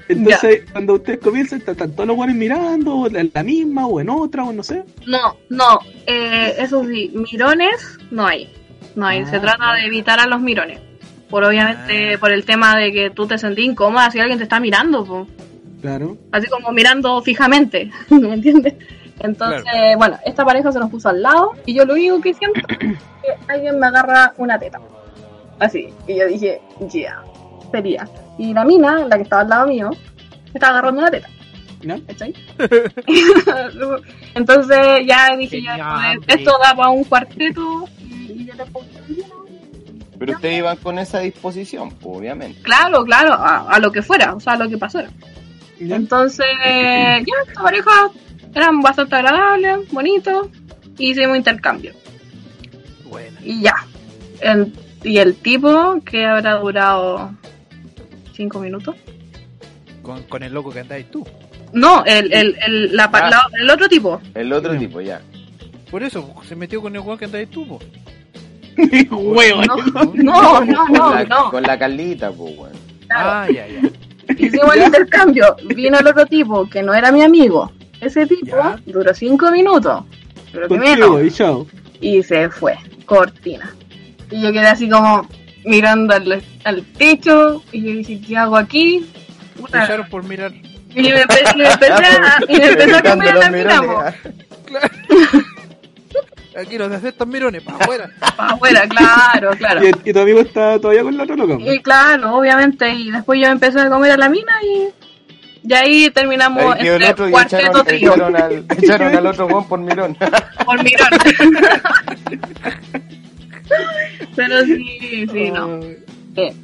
Speaker 3: Entonces, cuando ustedes comienzan, están, están todos los buenos mirando, la, la misma o en otra, o no sé.
Speaker 7: No, no, eh, eso sí, mirones no hay. No hay, se trata de evitar a los mirones. Por obviamente,
Speaker 5: Ah.
Speaker 7: por el tema de que tú te sentís incómoda si alguien te está mirando, pues. po.
Speaker 3: Claro.
Speaker 7: así como mirando fijamente, ¿me entiendes? Entonces, bueno, esta pareja se nos puso al lado y yo lo único que siento es que alguien me agarra una teta. Así. Y yo dije, yeah, sería. Y la mina, la que estaba al lado mío, me estaba agarrando una teta.
Speaker 3: ¿No?
Speaker 7: ¿Cachai? Entonces ya dije, ya,
Speaker 5: Genial,
Speaker 7: pues, esto da para un cuarteto y yo le pongo,
Speaker 4: Pero ustedes iban con esa disposición, pues, obviamente.
Speaker 7: Claro, claro, a, a lo que fuera, o sea, a lo que pasara.
Speaker 3: Ya.
Speaker 7: Entonces, ya, esta pareja eran bastante agradables, bonitos, y hicimos intercambio.
Speaker 5: Buena.
Speaker 7: Y ya. El- y el tipo, que habrá durado cinco minutos.
Speaker 5: Con, con el loco que andáis tú.
Speaker 7: No, el, el, el, la pa-
Speaker 4: Ah.
Speaker 7: la- el otro tipo.
Speaker 4: El otro tipo, ya.
Speaker 5: Por eso, se metió con el weón que andáis tú, po.
Speaker 3: Hueón.
Speaker 7: No, no, no,
Speaker 4: con,
Speaker 7: Ah, no.
Speaker 4: la,
Speaker 7: no.
Speaker 4: con la Carlita, pues, weón.
Speaker 7: Claro.
Speaker 5: Ah, ya, ya.
Speaker 7: Hicimos el intercambio. Vino el otro tipo, que no era mi amigo. Ese tipo
Speaker 5: Ya.
Speaker 7: duró cinco minutos. Pero que menos.
Speaker 3: Contigo, y chao.
Speaker 7: y se fue, cortina. Y yo quedé así como mirando al, al techo y yo dije, ¿qué hago aquí? Puta.
Speaker 5: Lucharon por mirar.
Speaker 7: Y me, empe- y me empecé a, y me empecé a comer la mina, po,
Speaker 5: Aquí los aceptan mirones, para afuera.
Speaker 7: pa' afuera, claro, claro.
Speaker 3: ¿Y, y tu amigo está todavía con la otra loca?
Speaker 7: Y claro, obviamente, y después yo empecé a comer a la mina y, y ahí terminamos
Speaker 4: Ahí quedó el
Speaker 7: este
Speaker 4: otro y
Speaker 7: cuarteto
Speaker 4: echaron,
Speaker 7: trío,
Speaker 4: echaron al, echaron al otro weón por mirón.
Speaker 7: por mirón. Pero sí, sí, no. Eh,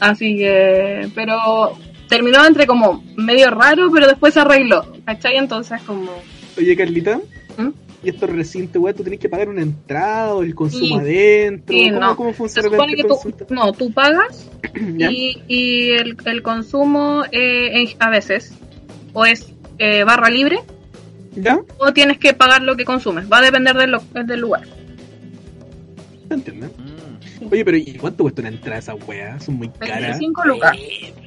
Speaker 7: así que, pero terminó entre como medio raro, pero después se arregló, ¿cachai? Entonces como,
Speaker 3: Oye, Carlita.
Speaker 7: ¿Mm?
Speaker 3: Y estos recintos, weón, tú tenés que pagar una entrada o el consumo
Speaker 7: Sí.
Speaker 3: adentro.
Speaker 7: Sí,
Speaker 3: ¿Cómo,
Speaker 7: no.
Speaker 3: ¿Cómo
Speaker 7: se
Speaker 3: funciona
Speaker 7: supone que
Speaker 3: el
Speaker 7: tú,
Speaker 3: consulta?
Speaker 7: no, tú pagas
Speaker 3: ¿Ya?
Speaker 7: y, y el, el consumo eh, en- a veces o es eh, barra libre
Speaker 3: ¿Ya?
Speaker 7: o tienes que pagar lo que consumes, va a depender del, lo- del lugar.
Speaker 3: ¿Te entiendes? Oye, pero ¿y cuánto cuesta una entrada esa weá? Son muy caras.
Speaker 7: 25 lucas.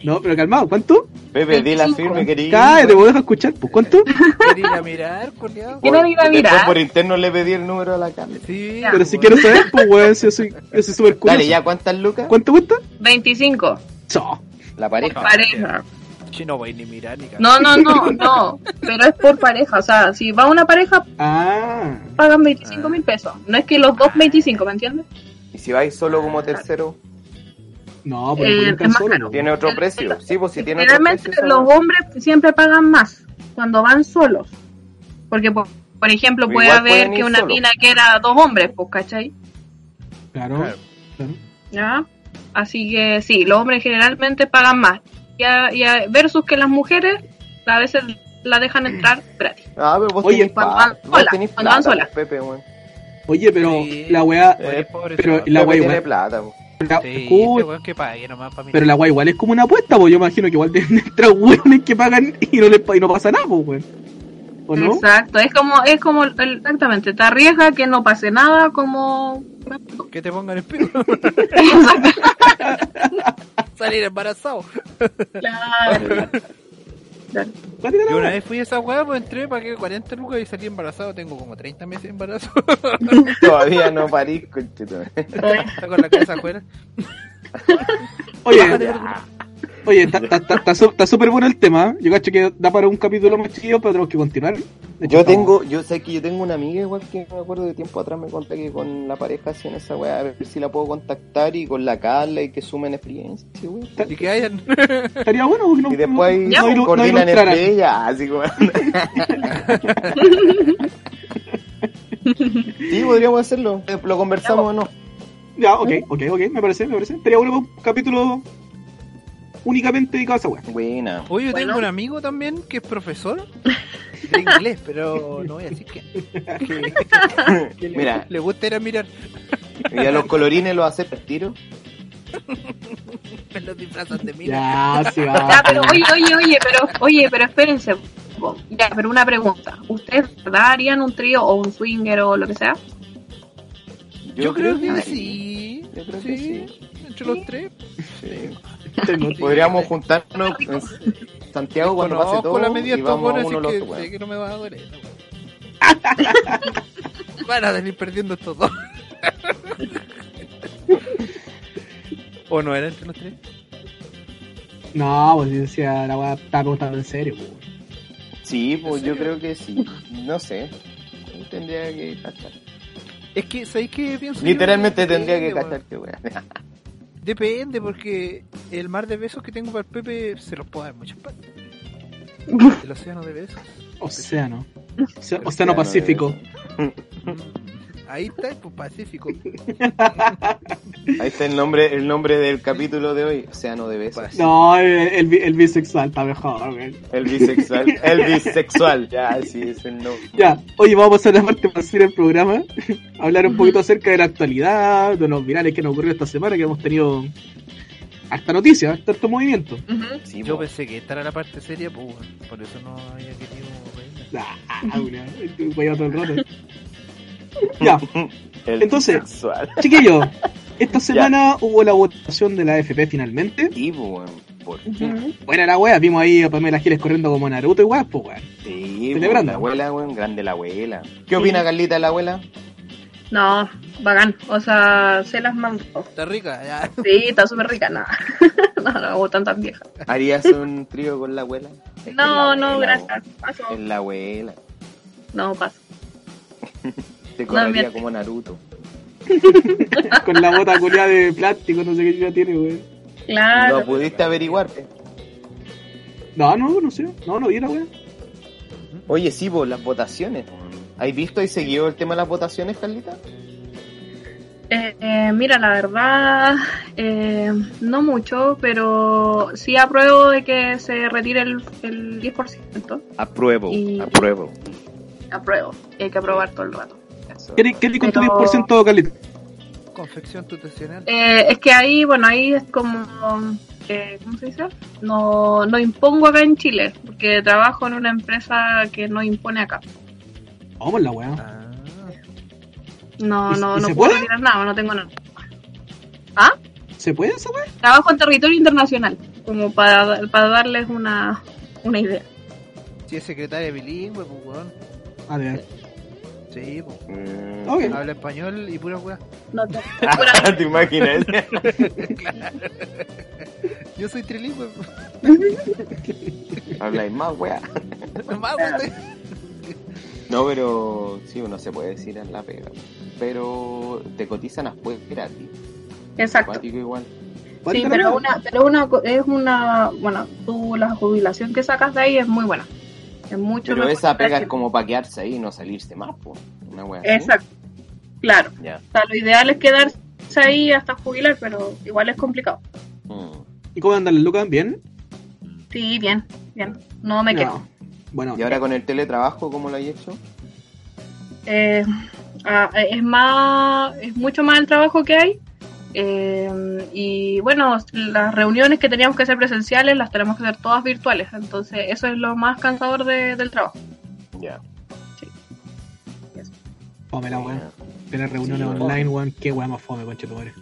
Speaker 3: No, pero calmado, ¿cuánto?
Speaker 4: Pepe, di la
Speaker 7: 25.
Speaker 4: firme, querido.
Speaker 3: Cállate, te voy a dejar escuchar, pues ¿cuánto?
Speaker 5: Quiere ir a mirar, culiao.
Speaker 7: Quiero ir a
Speaker 4: Después
Speaker 7: mirar.
Speaker 4: por interno le pedí el número a la Carla.
Speaker 5: Sí,
Speaker 7: Ya.
Speaker 3: Pero si
Speaker 5: weón.
Speaker 3: quiero saber, pues weón, si yo soy, yo soy súper curioso.
Speaker 4: Dale, ya, ¿cuántas lucas?
Speaker 3: ¿Cuánto cuesta?
Speaker 7: 25.
Speaker 3: Chao.
Speaker 4: La pareja.
Speaker 7: Pareja.
Speaker 5: Si no vais ni mirar ni cagar.
Speaker 7: No, no, no, no. Pero es por pareja. O sea, si va una pareja,
Speaker 3: Ah.
Speaker 7: pagan 25 mil pesos. No es que los dos 25, ¿me entiendes?
Speaker 4: Y si vais solo como tercero,
Speaker 3: No,
Speaker 7: Eh,
Speaker 3: pero no
Speaker 7: es
Speaker 3: tan
Speaker 7: más
Speaker 3: solo.
Speaker 7: caro.
Speaker 3: ¿no?
Speaker 4: tiene otro precio. Sí, pues si tiene otro
Speaker 7: Generalmente
Speaker 4: precio. esa
Speaker 7: los
Speaker 4: weá.
Speaker 7: hombres siempre pagan más cuando van solos. Porque, por, por ejemplo,
Speaker 4: Pero
Speaker 7: puede
Speaker 4: igual
Speaker 7: haber
Speaker 4: pueden
Speaker 7: que
Speaker 4: ir
Speaker 7: una
Speaker 4: solos.
Speaker 7: mina quiera dos hombres, pues, ¿cachai?
Speaker 3: Claro.
Speaker 5: Claro.
Speaker 3: claro.
Speaker 7: ¿Ya? Así que sí, los hombres generalmente pagan más. Y a- y a- versus que las mujeres a veces la dejan entrar gratis.
Speaker 4: Ah, pero vos
Speaker 3: Oye,
Speaker 4: tenés
Speaker 7: cuando
Speaker 4: pa-
Speaker 7: van
Speaker 4: vos
Speaker 7: solas,
Speaker 4: tenés
Speaker 7: cuando van
Speaker 4: plata,
Speaker 7: solas.
Speaker 4: Pepe, weón.
Speaker 3: Oye, pero
Speaker 5: Sí.
Speaker 3: la weá.
Speaker 4: Eh,
Speaker 5: Oye, pobre
Speaker 3: pero
Speaker 5: ese
Speaker 3: la
Speaker 4: Pepe
Speaker 3: weá
Speaker 4: tiene
Speaker 3: igual.
Speaker 4: plata. weón.
Speaker 3: la-
Speaker 5: weón. Sí,
Speaker 3: Uy,
Speaker 5: este weón que pague nomás para mirar.
Speaker 3: pero la weá igual es como una apuesta, pues yo imagino que igual deben entrar weones que pagan y no, les, pa- y no pasa nada, pues weón. ¿O no?
Speaker 7: Exacto, es como, es como, el- exactamente, te arriesga que no pase nada, como...
Speaker 5: Que te pongan el pelo. Salir embarazado.
Speaker 7: Claro.
Speaker 3: ¿Cuál era la
Speaker 5: Yo una
Speaker 3: weá?
Speaker 5: vez fui a esa weá, pues entré, pagué 40 lucas y salí embarazado. Tengo como 30 meses de embarazo.
Speaker 4: Todavía no parís, conchito.
Speaker 5: Está con la cabeza afuera.
Speaker 3: Oye, oye, está- está- está está su- está súper bueno el tema. ¿eh? Yo cacho que da para un capítulo más chido, pero tenemos que continuar. De hecho,
Speaker 4: Yo
Speaker 3: estamos-
Speaker 4: tengo, yo sé que yo tengo una amiga igual que me acuerdo de tiempo atrás me conté que con la pareja hacían esa weá, a ver si la puedo contactar y con la Carla y que sumen experiencia, weón.
Speaker 5: Y que hayan.
Speaker 3: Estaría bueno porque no.
Speaker 4: Y después ahí
Speaker 7: Ya,
Speaker 3: no,
Speaker 5: pues,
Speaker 3: ilu- no
Speaker 4: coordinan
Speaker 3: ilustraran.
Speaker 4: entre ellas, así weón. sí, podríamos hacerlo. Lo conversamos o no.
Speaker 3: Ya, ok,
Speaker 7: ¿Eh?
Speaker 3: ok, ok, me parece, me parece. Estaría bueno para un capítulo únicamente dedicado a esa weá.
Speaker 4: Buena.
Speaker 5: Oye, yo
Speaker 7: Bueno.
Speaker 5: tengo un amigo también que es profesor de inglés, pero no voy a decir que. que le-
Speaker 4: Mira.
Speaker 5: Le gusta ir a mirar
Speaker 4: Y a los colorines los aceptas tiro.
Speaker 5: me los disfrazan de mina.
Speaker 3: Ya, se va.
Speaker 7: Ya, pero oye, oye, oye, pero, oye, pero espérense. Ya, pero una pregunta. ¿Ustedes de verdad harían un trío o un swinger o lo que sea?
Speaker 5: Yo, creo, que
Speaker 4: sí.
Speaker 5: sí.
Speaker 4: Yo creo que
Speaker 5: sí. Entre los tres.
Speaker 4: Sí.
Speaker 3: Tengo-
Speaker 4: Podríamos juntarnos en Santiago cuando pase
Speaker 5: Conozco
Speaker 4: todo
Speaker 5: la media
Speaker 4: y
Speaker 5: de estos
Speaker 4: vamos a
Speaker 5: buenos,
Speaker 4: uno
Speaker 5: así
Speaker 4: los
Speaker 5: que
Speaker 4: dos,
Speaker 5: sé
Speaker 4: weón.
Speaker 5: que no me va a doler. no, weón. Van a salir perdiendo estos dos. ¿O no era entre los tres?
Speaker 3: No, pues yo decía, la weá estaba preguntando en serio, po.
Speaker 4: Sí, Sí, pues
Speaker 5: ¿En
Speaker 4: yo
Speaker 5: serio?
Speaker 4: creo que sí. No sé. Tendría que cachar.
Speaker 5: Es que, ¿sabéis qué pienso? yo?
Speaker 4: Literalmente tendría que
Speaker 5: Depende, weón.
Speaker 4: cachar que weá.
Speaker 5: Depende, porque el mar de besos que tengo para el Pepe se los puedo dar en muchas partes. El océano de besos.
Speaker 3: Océano. Ocea- Océano Pacífico.
Speaker 7: eh.
Speaker 5: Mm. Ahí está el Pacífico.
Speaker 4: Ahí está el nombre, el nombre del capítulo de hoy. Océano de besos.
Speaker 3: No, el, el bi- el bisexual está mejor, güey.
Speaker 4: El bisexual. El bisexual. Ya, sí, es el nombre.
Speaker 3: Ya, oye, vamos a pasar a la parte más seria del programa. Hablar un poquito acerca de la actualidad, de los virales que nos ocurrió esta semana, que hemos tenido harta noticia, harto movimiento.
Speaker 7: Ujú.
Speaker 4: Sí,
Speaker 5: Yo
Speaker 4: pues.
Speaker 5: pensé que esta era la parte seria, pues, weón, por eso no había querido reírme.
Speaker 3: Ah, una- voy a todo el rato. Ya,
Speaker 4: El
Speaker 3: Entonces-
Speaker 4: bisexual.
Speaker 3: chiquillos, esta semana hubo la votación de la AFP finalmente.
Speaker 4: Sí, pues, weón. Por fin.
Speaker 7: Ujú.
Speaker 3: Buena la wea, vimos ahí a Pamela Giles corriendo como Naruto y guapo, weón.
Speaker 4: Sí, pues,
Speaker 3: Celebrando.
Speaker 4: la abuela, weón. Grande la abuela. ¿Qué opina Carlita de la abuela?
Speaker 7: No, bacán. O sea, se las mandó.
Speaker 5: Está rica, ya.
Speaker 7: Sí, está súper rica, nada. No, no, hago tantas viejas.
Speaker 4: ¿Harías un trío con la abuela? Es que es la
Speaker 7: No, no,
Speaker 4: abuela,
Speaker 7: gracias. Paso.
Speaker 4: weón. Es la abuela.
Speaker 7: No, paso.
Speaker 4: Te correría
Speaker 7: mira.
Speaker 4: como Naruto.
Speaker 3: Con la bota culiada de plástico, no sé qué ya tiene, weón.
Speaker 4: No
Speaker 7: Claro. Eh,
Speaker 4: pudiste averiguar.
Speaker 3: No, no, no sé. No, no vi la wea.
Speaker 4: Oye, sí, pues, las votaciones. ¿Has visto y seguido el tema de las votaciones, Carlita?
Speaker 7: Eh, eh, mira, la verdad, eh, no mucho, pero sí apruebo de que se retire el, el 10%.
Speaker 4: Apruebo,
Speaker 7: Y-
Speaker 4: apruebo.
Speaker 7: Apruebo. Hay que aprobar todo el rato.
Speaker 4: Eso.
Speaker 3: ¿Qué, qué rico tu
Speaker 7: Pero-
Speaker 3: 10%, Carlita?
Speaker 5: Confección tutecional.
Speaker 7: Eh, es que ahí, bueno, ahí es como, eh, ¿cómo se dice? No, no impongo acá en Chile, porque trabajo en una empresa que no impone acá.
Speaker 3: Vamos la wea.
Speaker 5: Ah,
Speaker 7: No,
Speaker 3: ¿Y-
Speaker 7: no,
Speaker 3: y
Speaker 7: no
Speaker 3: se
Speaker 7: puedo
Speaker 3: puede?
Speaker 7: retirar nada, no tengo nada.
Speaker 3: ¿Se puede esa wea?
Speaker 7: Trabajo en territorio internacional, como para, para darles una, una idea.
Speaker 5: si es secretaria bilingüe, pues, weón.
Speaker 3: A ver.
Speaker 5: Sí, pues.
Speaker 4: Mm.
Speaker 3: Ok.
Speaker 5: Habla español y pura weá.
Speaker 7: No te-
Speaker 4: ¿Te imaginas?
Speaker 5: Yo soy trilingüe, pues.
Speaker 4: Habláis más, wea.
Speaker 5: Más, weón.
Speaker 4: No, pero sí, uno se puede decir en la pega. Pero te cotizan afuera gratis.
Speaker 7: Exacto.
Speaker 4: Cuático igual.
Speaker 7: Sí,
Speaker 3: Cuéntame.
Speaker 7: pero, una, pero una, co- es una, bueno, tú la jubilación que sacas de ahí es muy buena. Es mucho
Speaker 4: Pero
Speaker 7: mejor
Speaker 4: esa
Speaker 7: que-
Speaker 4: pega es como para quedarse ahí y no salirse más, pues. Una wea. así.
Speaker 7: Exacto. Claro.
Speaker 4: Ya.
Speaker 7: O sea, lo ideal es quedarse ahí hasta jubilar, pero igual es complicado.
Speaker 4: Mm.
Speaker 3: ¿Y cómo andan las lucas? ¿Bien?
Speaker 7: Sí, bien, bien. No me quedo.
Speaker 3: No. Bueno,
Speaker 4: ¿Y ahora con el teletrabajo cómo lo hay hecho?
Speaker 7: Eh, ah, es más, es mucho más el trabajo que hay. Eh, y bueno, las reuniones que teníamos que hacer presenciales las tenemos que hacer todas virtuales. Entonces, eso es lo más cansador de- del trabajo.
Speaker 4: Ya.
Speaker 3: fome la wea. Tener reuniones
Speaker 4: Sí,
Speaker 3: online, weón. Qué wea más fome, conche tu madre.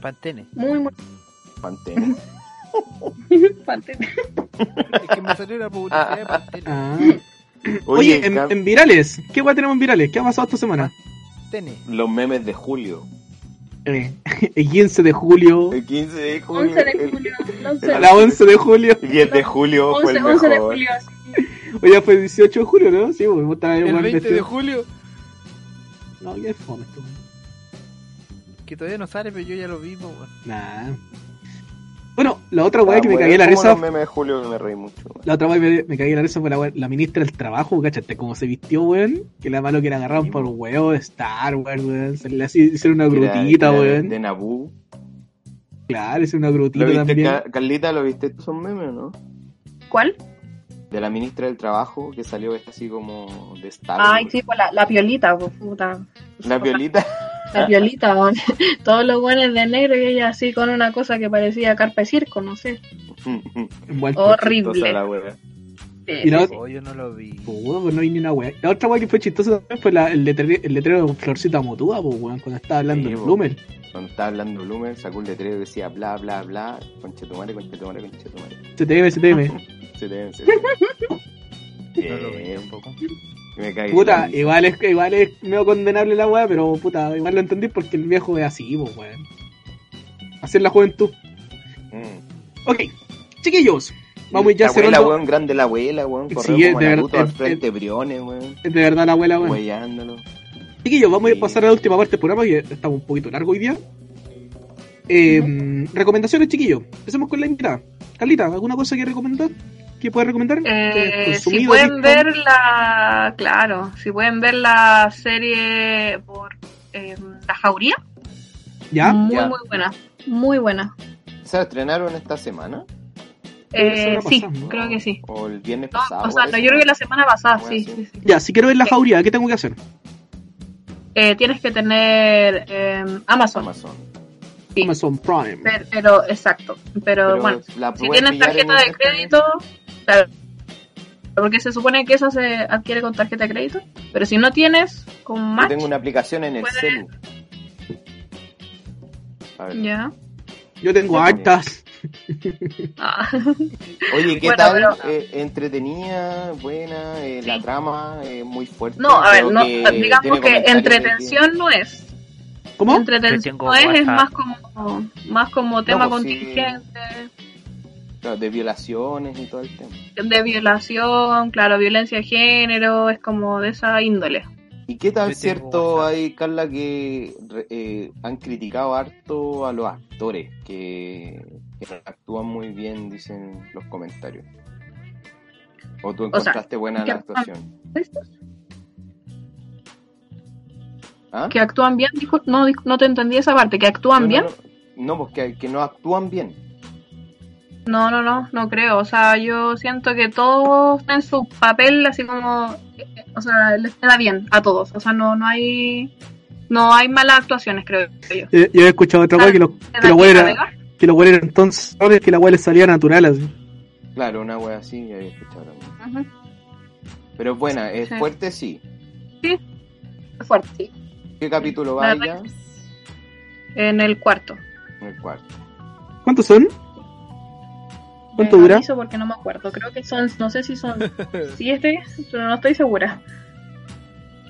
Speaker 5: Pantene.
Speaker 7: Muy, muy
Speaker 4: Pantene.
Speaker 7: importante.
Speaker 5: Es que me salió la publicidad de Pantene.
Speaker 3: Ah. Oye, em,
Speaker 4: Oye,
Speaker 3: en,
Speaker 4: Cam-
Speaker 3: en virales. ¿Qué wea tenemos en virales? ¿Qué ha pasado esta semana?
Speaker 5: Pantene.
Speaker 4: los memes de julio.
Speaker 3: Eh, el 15 de julio.
Speaker 4: Ah. El 15 de julio.
Speaker 7: 11 de julio,
Speaker 3: A
Speaker 7: 11,
Speaker 3: la 11 de julio.
Speaker 4: El 10 de julio fue
Speaker 7: 11,
Speaker 4: el
Speaker 7: 11 de
Speaker 4: mejor.
Speaker 7: julio. sí.
Speaker 3: Hoy ya fue el 18 de julio, ¿no? Sí, weón. vos estabas
Speaker 5: El
Speaker 3: igual
Speaker 5: 20 de
Speaker 3: vestido.
Speaker 5: julio.
Speaker 3: No, ya es fome esto. weón.
Speaker 5: Que todavía no sale, pero yo ya lo vi, pues, weón.
Speaker 3: Nah. Bueno, la otra wea
Speaker 4: Ah,
Speaker 3: que me
Speaker 4: bueno,
Speaker 3: cagué la
Speaker 4: como
Speaker 3: risa
Speaker 4: Los memes de julio me reí mucho.
Speaker 3: La otra vez me, me caí en la risa por la, wea- la ministra del trabajo, cachate, como se vistió, weón. Que la mano que la agarraron por huevo de Star Wars, weón. Se le hacía- hicieron una
Speaker 4: Que era-
Speaker 3: grutita,
Speaker 4: que era de-
Speaker 3: weón.
Speaker 4: De Naboo.
Speaker 3: Claro, hicieron una
Speaker 4: ¿Lo
Speaker 3: grutita
Speaker 4: viste,
Speaker 3: también.
Speaker 4: Ca- Carlita? ¿Lo viste tú? Son memes, ¿no?
Speaker 7: ¿Cuál?
Speaker 4: De la ministra del trabajo que salió así como de Star
Speaker 7: Ay,
Speaker 4: Wars.
Speaker 7: sí, pues la, la piolita, pues, puta.
Speaker 4: Ah, La violita.
Speaker 7: La piolita, weón. todos los buenos de negro y ella así con una cosa que parecía carpa de circo, no sé.
Speaker 3: Igual,
Speaker 4: Chistosa
Speaker 7: Horrible.
Speaker 4: la wea.
Speaker 3: Y la
Speaker 7: Sí,
Speaker 3: otra-
Speaker 5: Oh, yo no lo vi.
Speaker 3: po, weón, pues no vi ni una wea. La otra wea que fue chistosa también fue la- el, letre- el letrero de Florcita Motúa, po, weón, cuando estaba hablando
Speaker 4: Sí,
Speaker 3: en
Speaker 4: po.
Speaker 3: Bloomer.
Speaker 4: Cuando estaba hablando Bloomer, sacó un letrero que decía bla, bla, bla. Conchetumare, conchetumare, conchetumare.
Speaker 3: CTM, CTM.
Speaker 4: Se te ven, se te
Speaker 5: No lo vi
Speaker 4: ven. Bien.
Speaker 5: tampoco.
Speaker 4: Me caí.
Speaker 3: puta, eh, igual es, igual es medio condenable la wea, pero puta, igual lo entendí porque el viejo es así, pues, po, weón. Hacer la juventud.
Speaker 4: Mm.
Speaker 3: Ok, chiquillos, Vamos ya
Speaker 4: la abuela,
Speaker 3: cerrando.
Speaker 4: weón, grande la abuela, weón.
Speaker 3: Sí,
Speaker 4: Correo
Speaker 3: es
Speaker 4: como
Speaker 3: de ver-
Speaker 4: Naruto al
Speaker 3: es-
Speaker 4: frente Briones, weón.
Speaker 3: Es de verdad la abuela, weón.
Speaker 4: Huellándolo.
Speaker 3: Chiquillos, vamos a
Speaker 4: Sí.
Speaker 3: pasar a la última parte del programa, que estamos un poquito largo hoy día. Eh, Recomendaciones, chiquillos. Empecemos con la invitada. Carlita, ¿alguna cosa que recomendar? ¿Qué puedes recomendar? ¿Qué
Speaker 7: Eh,
Speaker 3: has
Speaker 7: si
Speaker 3: consumido,
Speaker 7: pueden
Speaker 3: visto?
Speaker 7: ver la, claro, si pueden ver la serie por eh, La Jauría,
Speaker 3: ¿Ya?
Speaker 7: muy
Speaker 4: Ya.
Speaker 7: muy buena, muy buena.
Speaker 4: ¿Se estrenaron esta semana?
Speaker 3: Pero eso
Speaker 7: Eh,
Speaker 3: no
Speaker 7: sí,
Speaker 3: pasamos.
Speaker 7: creo que sí.
Speaker 4: O el viernes
Speaker 7: No,
Speaker 4: pasado.
Speaker 7: o sea, no,
Speaker 4: parece,
Speaker 7: yo creo que la semana pasada,
Speaker 4: Bueno,
Speaker 7: sí,
Speaker 4: sí.
Speaker 7: sí, sí.
Speaker 3: Ya, si quiero ver la jauría, ¿qué tengo que hacer?
Speaker 7: Eh, tienes que tener eh, Amazon,
Speaker 4: Amazon.
Speaker 7: sí.
Speaker 3: Amazon Prime.
Speaker 7: Pero, pero- exacto, pero, bueno,
Speaker 4: la
Speaker 7: si
Speaker 4: pueden
Speaker 7: tienen
Speaker 4: pillar en
Speaker 7: tarjeta de
Speaker 4: internet.
Speaker 7: crédito, claro, porque se supone que esa se adquiere con tarjeta de crédito, pero si no tienes con
Speaker 4: Yo
Speaker 7: Match,
Speaker 4: tengo una aplicación en el
Speaker 7: Puede-
Speaker 4: celu. A ver.
Speaker 7: ya.
Speaker 3: Yo tengo hartas.
Speaker 7: Ah.
Speaker 4: Oye, ¿qué
Speaker 7: Bueno,
Speaker 4: tal?
Speaker 7: pero-
Speaker 4: Eh, entretenida, buena, eh, la
Speaker 7: Sí.
Speaker 4: trama eh, muy fuerte.
Speaker 7: No, a ver,
Speaker 4: Creo
Speaker 7: no,
Speaker 4: que tiene
Speaker 7: digamos que
Speaker 4: comentarios de
Speaker 7: entretención no es.
Speaker 3: ¿Cómo?
Speaker 7: Entretención
Speaker 5: Yo tengo
Speaker 7: no es, es
Speaker 5: WhatsApp.
Speaker 7: más como, más como tema
Speaker 4: pues sí.
Speaker 7: contingente,
Speaker 4: claro, de violaciones y todo el tema.
Speaker 7: de violación, claro, violencia de género, es como de esa índole.
Speaker 4: ¿Y qué tal
Speaker 5: Yo tengo
Speaker 4: cierto
Speaker 5: WhatsApp.
Speaker 4: hay, Carla, que re- eh, han criticado harto a los actores que, que actúan muy bien, dicen los comentarios? ¿O tú
Speaker 7: sea,
Speaker 4: encontraste buena
Speaker 7: que-
Speaker 4: la actuación? ¿Ah?
Speaker 7: Que actúan bien, dijo, no, dijo- no te entendí esa parte, que actúan
Speaker 4: No, no,
Speaker 7: bien.
Speaker 4: No, no, porque que no actúan bien.
Speaker 7: No, no, no, no creo. O sea, yo siento que todos están en su papel así como, eh, o sea, les queda bien a todos. O sea, no, no hay, no hay malas actuaciones, creo yo.
Speaker 3: Eh, yo he escuchado otra cosa que los que los
Speaker 7: Aquí,
Speaker 3: güeyes
Speaker 7: amigo.
Speaker 3: eran- que los güeyes eran entonces que la huele salía natural así.
Speaker 4: Claro, una wea así, ya había escuchado también.
Speaker 7: Ujú.
Speaker 4: Pero es buena, es
Speaker 7: Sí.
Speaker 4: fuerte, sí.
Speaker 7: Es fuerte, sí.
Speaker 4: ¿Qué capítulo
Speaker 7: La
Speaker 4: va
Speaker 7: verdad
Speaker 4: ya?
Speaker 7: que En el cuarto.
Speaker 4: En el cuarto.
Speaker 3: ¿Cuántos son? ¿Cuánto dura?
Speaker 7: Eso Eh, porque no me acuerdo. Creo que son, no sé si son siete, pero no estoy segura.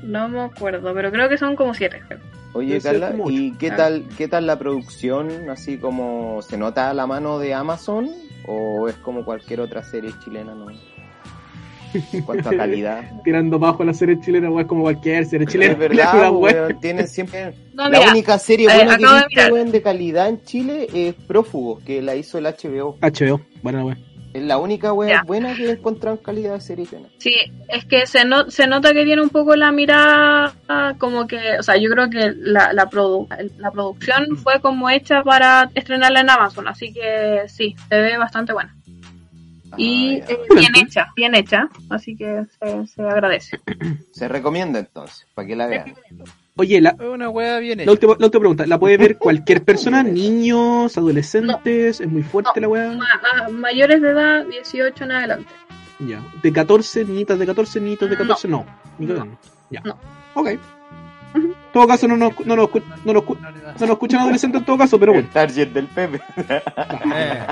Speaker 7: No me acuerdo, pero creo que son como siete. creo.
Speaker 4: Oye,
Speaker 3: Debe ser
Speaker 4: Carla,
Speaker 3: como
Speaker 4: ¿y qué
Speaker 7: Ah.
Speaker 4: tal, qué tal la producción? Así como se nota la mano de Amazon o es como cualquier otra serie chilena, ¿no? En cuanto a calidad.
Speaker 3: Tirando bajo la serie chilena, weón, como cualquier serie chilena.
Speaker 4: es verdad,
Speaker 3: la weá.
Speaker 4: weón, tienen siempre...
Speaker 7: No,
Speaker 4: la
Speaker 7: mira,
Speaker 4: única serie
Speaker 7: eh,
Speaker 4: buena que
Speaker 7: acabo de
Speaker 4: he visto,
Speaker 7: mirar.
Speaker 4: weón, de calidad en Chile es Prófugos, que la hizo el HBO.
Speaker 3: HBO, buena weón.
Speaker 4: Es la única weón
Speaker 7: Ya.
Speaker 4: buena que he encontrado en calidad de serie chilena.
Speaker 7: sí, es que se, no- se nota que tiene un poco la mirada como que, o sea, yo creo que la, la, produ- la
Speaker 4: Mm.
Speaker 7: producción fue como hecha para estrenarla en Amazon, así que sí, se ve bastante buena. Y
Speaker 4: Ah, ya.
Speaker 7: eh, bien hecha, bien hecha, así que se, se agradece.
Speaker 4: Se recomienda entonces, para que la vean.
Speaker 3: Oye, la,
Speaker 5: Es Oh, una wea bien
Speaker 3: la,
Speaker 5: hecha.
Speaker 3: última, la última pregunta, ¿la puede ver cualquier persona? Niños, adolescentes, es muy fuerte
Speaker 7: No.
Speaker 3: la weá.
Speaker 7: Ma- a- mayores de edad, 18 en adelante.
Speaker 3: Ya. De 14, niñitas de 14, niñitos de 14, no. Ni
Speaker 7: No.
Speaker 3: cagando. Ya.
Speaker 7: No.
Speaker 3: Ok. En todo caso, no nos, no nos, escu- no nos, escu-
Speaker 5: No le da.
Speaker 3: no nos escuchan adolescentes en todo caso, pero bueno.
Speaker 4: El target del Pepe.
Speaker 5: Eh,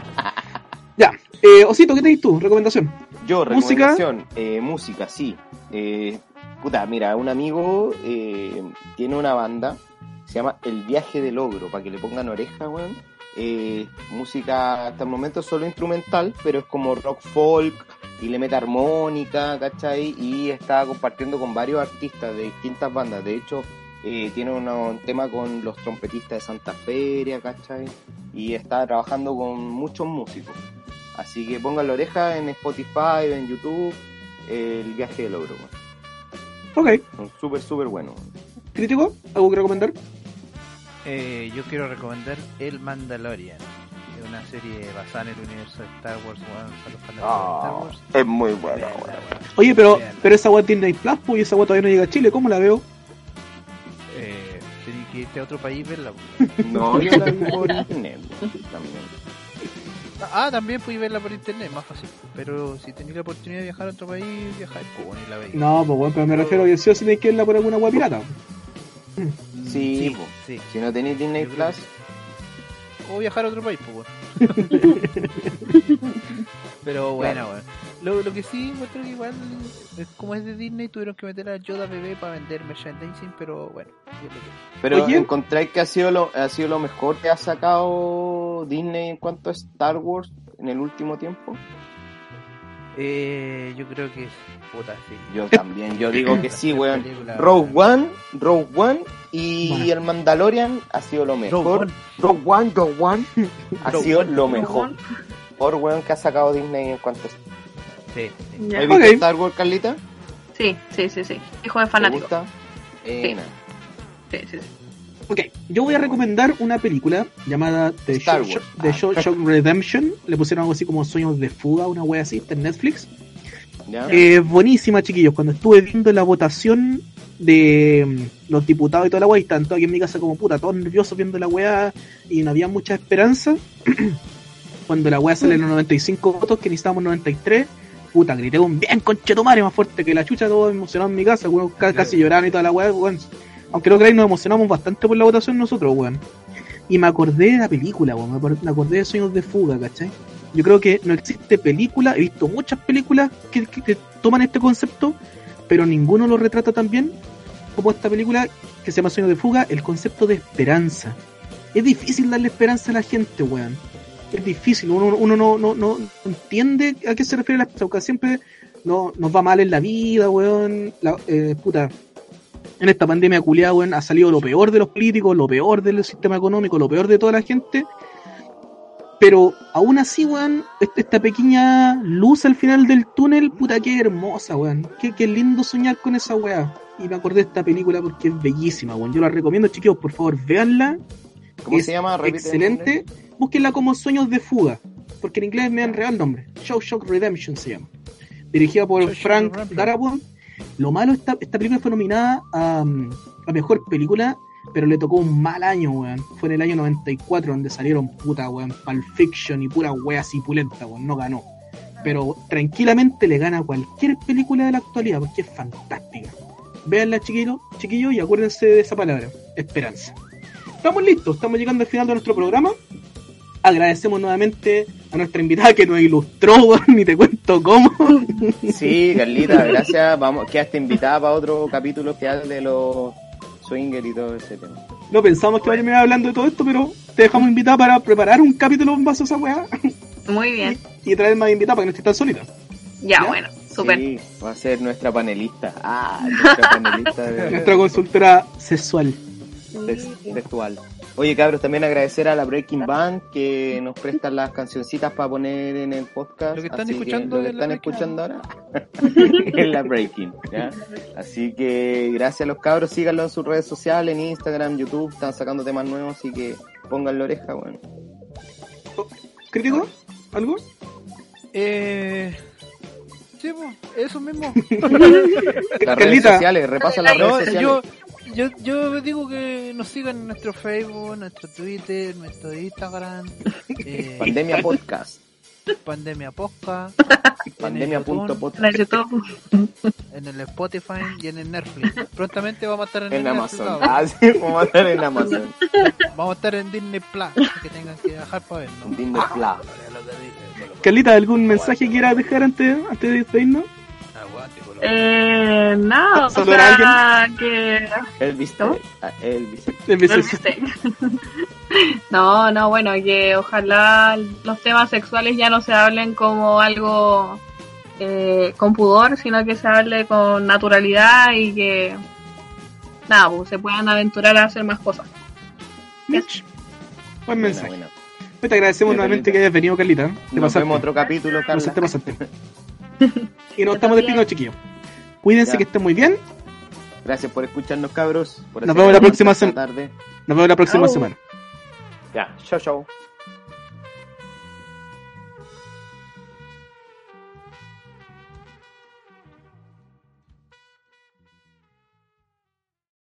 Speaker 3: Ya. Eh, Osito, ¿qué tenés tú? Recomendación.
Speaker 4: Yo,
Speaker 3: ¿Música?
Speaker 4: recomendación. eh, música, sí. Eh, puta, mira, un amigo eh, tiene una banda, se llama El Viaje del Ogro, para que le pongan oreja, weón. Eh, música hasta el momento solo instrumental, pero es como rock folk y le mete armónica, ¿cachai? Y está compartiendo con varios artistas de distintas bandas. De hecho, eh, tiene una- un tema con los trompetistas de Santa Feria, ¿cachai? Y está trabajando con muchos músicos. Así que pongan la oreja en Spotify, en YouTube, eh, el viaje del ogro. weón.
Speaker 3: Ok.
Speaker 4: Son súper, súper buenos.
Speaker 3: ¿Crítico? ¿Algo que recomendar?
Speaker 5: eh, yo quiero recomendar El Mandalorian. Es una serie basada en el universo de Star Wars. weón, para los fanáticos de
Speaker 4: es muy
Speaker 5: Star Wars.
Speaker 4: Ah, bueno.
Speaker 5: Vean la wea.
Speaker 3: Oye, pero,
Speaker 5: Vean.
Speaker 3: pero esa weá tiene Disney Plus, pues, y esa weá todavía no llega a Chile, ¿cómo la veo?
Speaker 5: Eh, tenés que irte a otro país y verla. weón.
Speaker 4: No, yo la vi por internet weón, también.
Speaker 5: Ah, también pude verla por internet, más fácil. Pero si tenéis la oportunidad de viajar a otro país, viajáis, pues bueno, y la veis.
Speaker 3: No, pues bueno, pero me refiero a que sí o sí tenés que verla por alguna weá pirata.
Speaker 5: Mm,
Speaker 4: Sí,
Speaker 5: sí,
Speaker 4: po.
Speaker 5: sí.
Speaker 4: Si no tenéis Disney
Speaker 5: Yo creo
Speaker 4: Plus,
Speaker 5: O viajar a otro país, pues bueno. Pero bueno, bueno. Lo, lo que sí encuentro que igual, eh, como es de Disney, tuvieron que meter a Yoda bebé para vender merchandising, pero bueno. es lo que-
Speaker 4: pero
Speaker 3: Oye.
Speaker 4: encontráis que ha sido, lo, ha sido lo mejor que ha sacado Disney en cuanto a Star Wars en el último tiempo.
Speaker 5: Eh, yo creo que puta, sí.
Speaker 4: Yo también, yo digo que sí, weón.
Speaker 5: Película-
Speaker 4: Rogue One, Rogue One y
Speaker 3: Bueno.
Speaker 4: el Mandalorian ha sido lo
Speaker 5: Rogue
Speaker 4: mejor.
Speaker 5: One.
Speaker 4: Rogue One, Rogue One ha
Speaker 5: Rogue
Speaker 4: sido lo mejor. Por weón que ha sacado Disney en cuanto a...
Speaker 5: Sí, sí.
Speaker 7: Ya.
Speaker 4: ¿Has visto
Speaker 3: Ok.
Speaker 4: Star Wars, Carlita?
Speaker 7: Sí, sí, sí, sí. Hijo de
Speaker 4: ¿Te
Speaker 7: fanático.
Speaker 4: gusta? Eh,
Speaker 7: Sí.
Speaker 4: nada.
Speaker 7: Sí, sí, sí.
Speaker 3: Ok, yo voy a recomendar una película llamada The,
Speaker 4: Star
Speaker 3: Shawshank-
Speaker 4: Wars.
Speaker 3: The
Speaker 4: Ah.
Speaker 3: Shawshank Redemption. Le pusieron algo así como Sueños de Fuga, una wea así, está en Netflix.
Speaker 4: ¿Ya?
Speaker 3: Eh, buenísima, chiquillos. Cuando estuve viendo la votación de mm, los diputados y toda la wea, y tanto aquí en mi casa como puta, todos nerviosos viendo la wea y no había mucha esperanza. Cuando la wea sale en los 95 votos, que necesitábamos 93, puta, grité un bien conchetumare más fuerte que la chucha, todos emocionados en mi casa, algunos ca- casi lloraron y toda la wea, weón. Aunque no creáis, nos emocionamos bastante por la votación nosotros, weón. Y me acordé de la película, weón. me acor- Me acordé de Sueños de Fuga, ¿cachai? Yo creo que no existe película, he visto muchas películas que, que- que toman este concepto, pero ninguno lo retrata tan bien como esta película que se llama Sueños de Fuga, el concepto de esperanza. Es difícil darle esperanza a la gente, weón. Es difícil, uno, uno no, no, no entiende a qué se refiere la esperanza, porque siempre no, nos va mal en la vida, weón. La, eh, puta, en esta pandemia culiada, weón, ha salido lo peor de los políticos, lo peor del sistema económico, lo peor de toda la gente. Pero aún así, weón, est- esta pequeña luz al final del túnel, puta, qué hermosa, weón. Qué, qué lindo soñar con esa weá. Y me acordé de esta película porque es bellísima, weón. Yo la recomiendo, chicos, por favor, véanla.
Speaker 4: ¿Cómo
Speaker 3: es
Speaker 4: se llama? Repite el
Speaker 3: Excelente.
Speaker 4: nombre.
Speaker 3: Búsquenla como Sueños de Fuga, porque en inglés me dan real nombre. Show Shock Redemption se llama. Dirigida por
Speaker 5: Shawshank
Speaker 3: Frank
Speaker 5: Redemption.
Speaker 3: Darabont. Lo malo, esta, esta película fue nominada a, mm, a Mejor Película, pero le tocó un mal año, weón. Fue en el año 94 donde salieron puta, weón, Pulp Fiction y pura wea así pulenta, weón. No ganó. Pero tranquilamente le gana a cualquier película de la actualidad, porque es fantástica. Véanla, chiquillos, chiquillos, y acuérdense de esa palabra, esperanza. Estamos listos, estamos llegando al final de nuestro programa. Agradecemos nuevamente a nuestra invitada que nos ilustró, weón, ni te cuento cómo.
Speaker 4: Sí, Carlita, gracias. Vamos, quedaste invitada para otro capítulo que hable de los swingers y todo ese tema.
Speaker 3: No pensamos que vaya a terminar hablando de todo esto, pero te dejamos invitada para preparar un capítulo en base a esa weá
Speaker 7: Muy bien.
Speaker 3: y traer más invitados para que no estés tan solita.
Speaker 7: Ya,
Speaker 4: ¿Ya?
Speaker 7: bueno, súper.
Speaker 4: Sí, va a ser nuestra panelista. Ah, nuestra panelista de-
Speaker 3: Nuestra consultora sexual.
Speaker 4: tex- textual. Oye, cabros, también agradecer a la Breaking Band que nos prestan las cancioncitas para poner en el podcast.
Speaker 5: Lo que están
Speaker 4: Así
Speaker 5: escuchando
Speaker 4: lo que
Speaker 5: es la
Speaker 4: están
Speaker 5: Breaking
Speaker 4: escuchando ahora es la Breaking. ¿ya? Así que gracias a los cabros, síganlo en sus redes sociales, en Instagram, YouTube, están sacando temas nuevos, así que pongan la oreja, bueno.
Speaker 3: ¿Crítico? ¿Algo?
Speaker 5: Eh, sí, po, eso mismo.
Speaker 4: Las redes
Speaker 3: Carlita.
Speaker 4: sociales, repasa las
Speaker 5: No,
Speaker 4: redes sociales.
Speaker 5: yo, yo, yo digo que nos sigan en nuestro Facebook, nuestro Twitter, nuestro Instagram, eh,
Speaker 4: Pandemia Podcast.
Speaker 5: Pandemia Posca,
Speaker 4: Pandemia.podcast.
Speaker 7: En el YouTube.
Speaker 5: en el Spotify y en el Netflix. Prontamente vamos a estar en,
Speaker 4: En
Speaker 5: el Netflix,
Speaker 4: Amazon.
Speaker 5: ¿no?
Speaker 4: Ah, sí, vamos a estar en Amazon.
Speaker 5: Vamos a estar en Disney Plus, que tengan que bajar para vernos.
Speaker 4: Disney Plus.
Speaker 3: Carlita, ¿algún mensaje que quieras dejar antes, antes de despedirnos?
Speaker 7: Eh, no, o
Speaker 3: ¿Saludar
Speaker 7: sea, que...
Speaker 4: Elvis.
Speaker 7: ¿No?
Speaker 4: ah, Elvis.
Speaker 3: El
Speaker 7: no
Speaker 3: beso-
Speaker 7: olviden. No, no, bueno, que ojalá los temas sexuales ya no se hablen como algo eh, con pudor, sino que se hable con naturalidad y que nada, pues, se puedan aventurar a hacer más cosas.
Speaker 3: Mitch. Buen
Speaker 4: Buena,
Speaker 3: mensaje.
Speaker 4: buena.
Speaker 3: Pues Te agradecemos
Speaker 4: Ya,
Speaker 3: nuevamente
Speaker 4: Carlita.
Speaker 3: que hayas venido, Carlita. Te
Speaker 4: Nos
Speaker 3: pasaste.
Speaker 4: vemos otro capítulo,
Speaker 3: No
Speaker 4: Carla.
Speaker 3: se te pasaste. y nos estamos despidiendo, chiquillos. Cuídense
Speaker 4: Ya.
Speaker 3: que estén muy bien.
Speaker 4: Gracias por escucharnos, cabros. Por
Speaker 3: Nos vemos
Speaker 4: hacer
Speaker 3: la
Speaker 4: aguante
Speaker 3: próxima
Speaker 4: esta
Speaker 3: sem-
Speaker 4: tarde.
Speaker 3: Nos vemos la próxima
Speaker 7: Au.
Speaker 3: semana.
Speaker 4: Ya, chao, chao.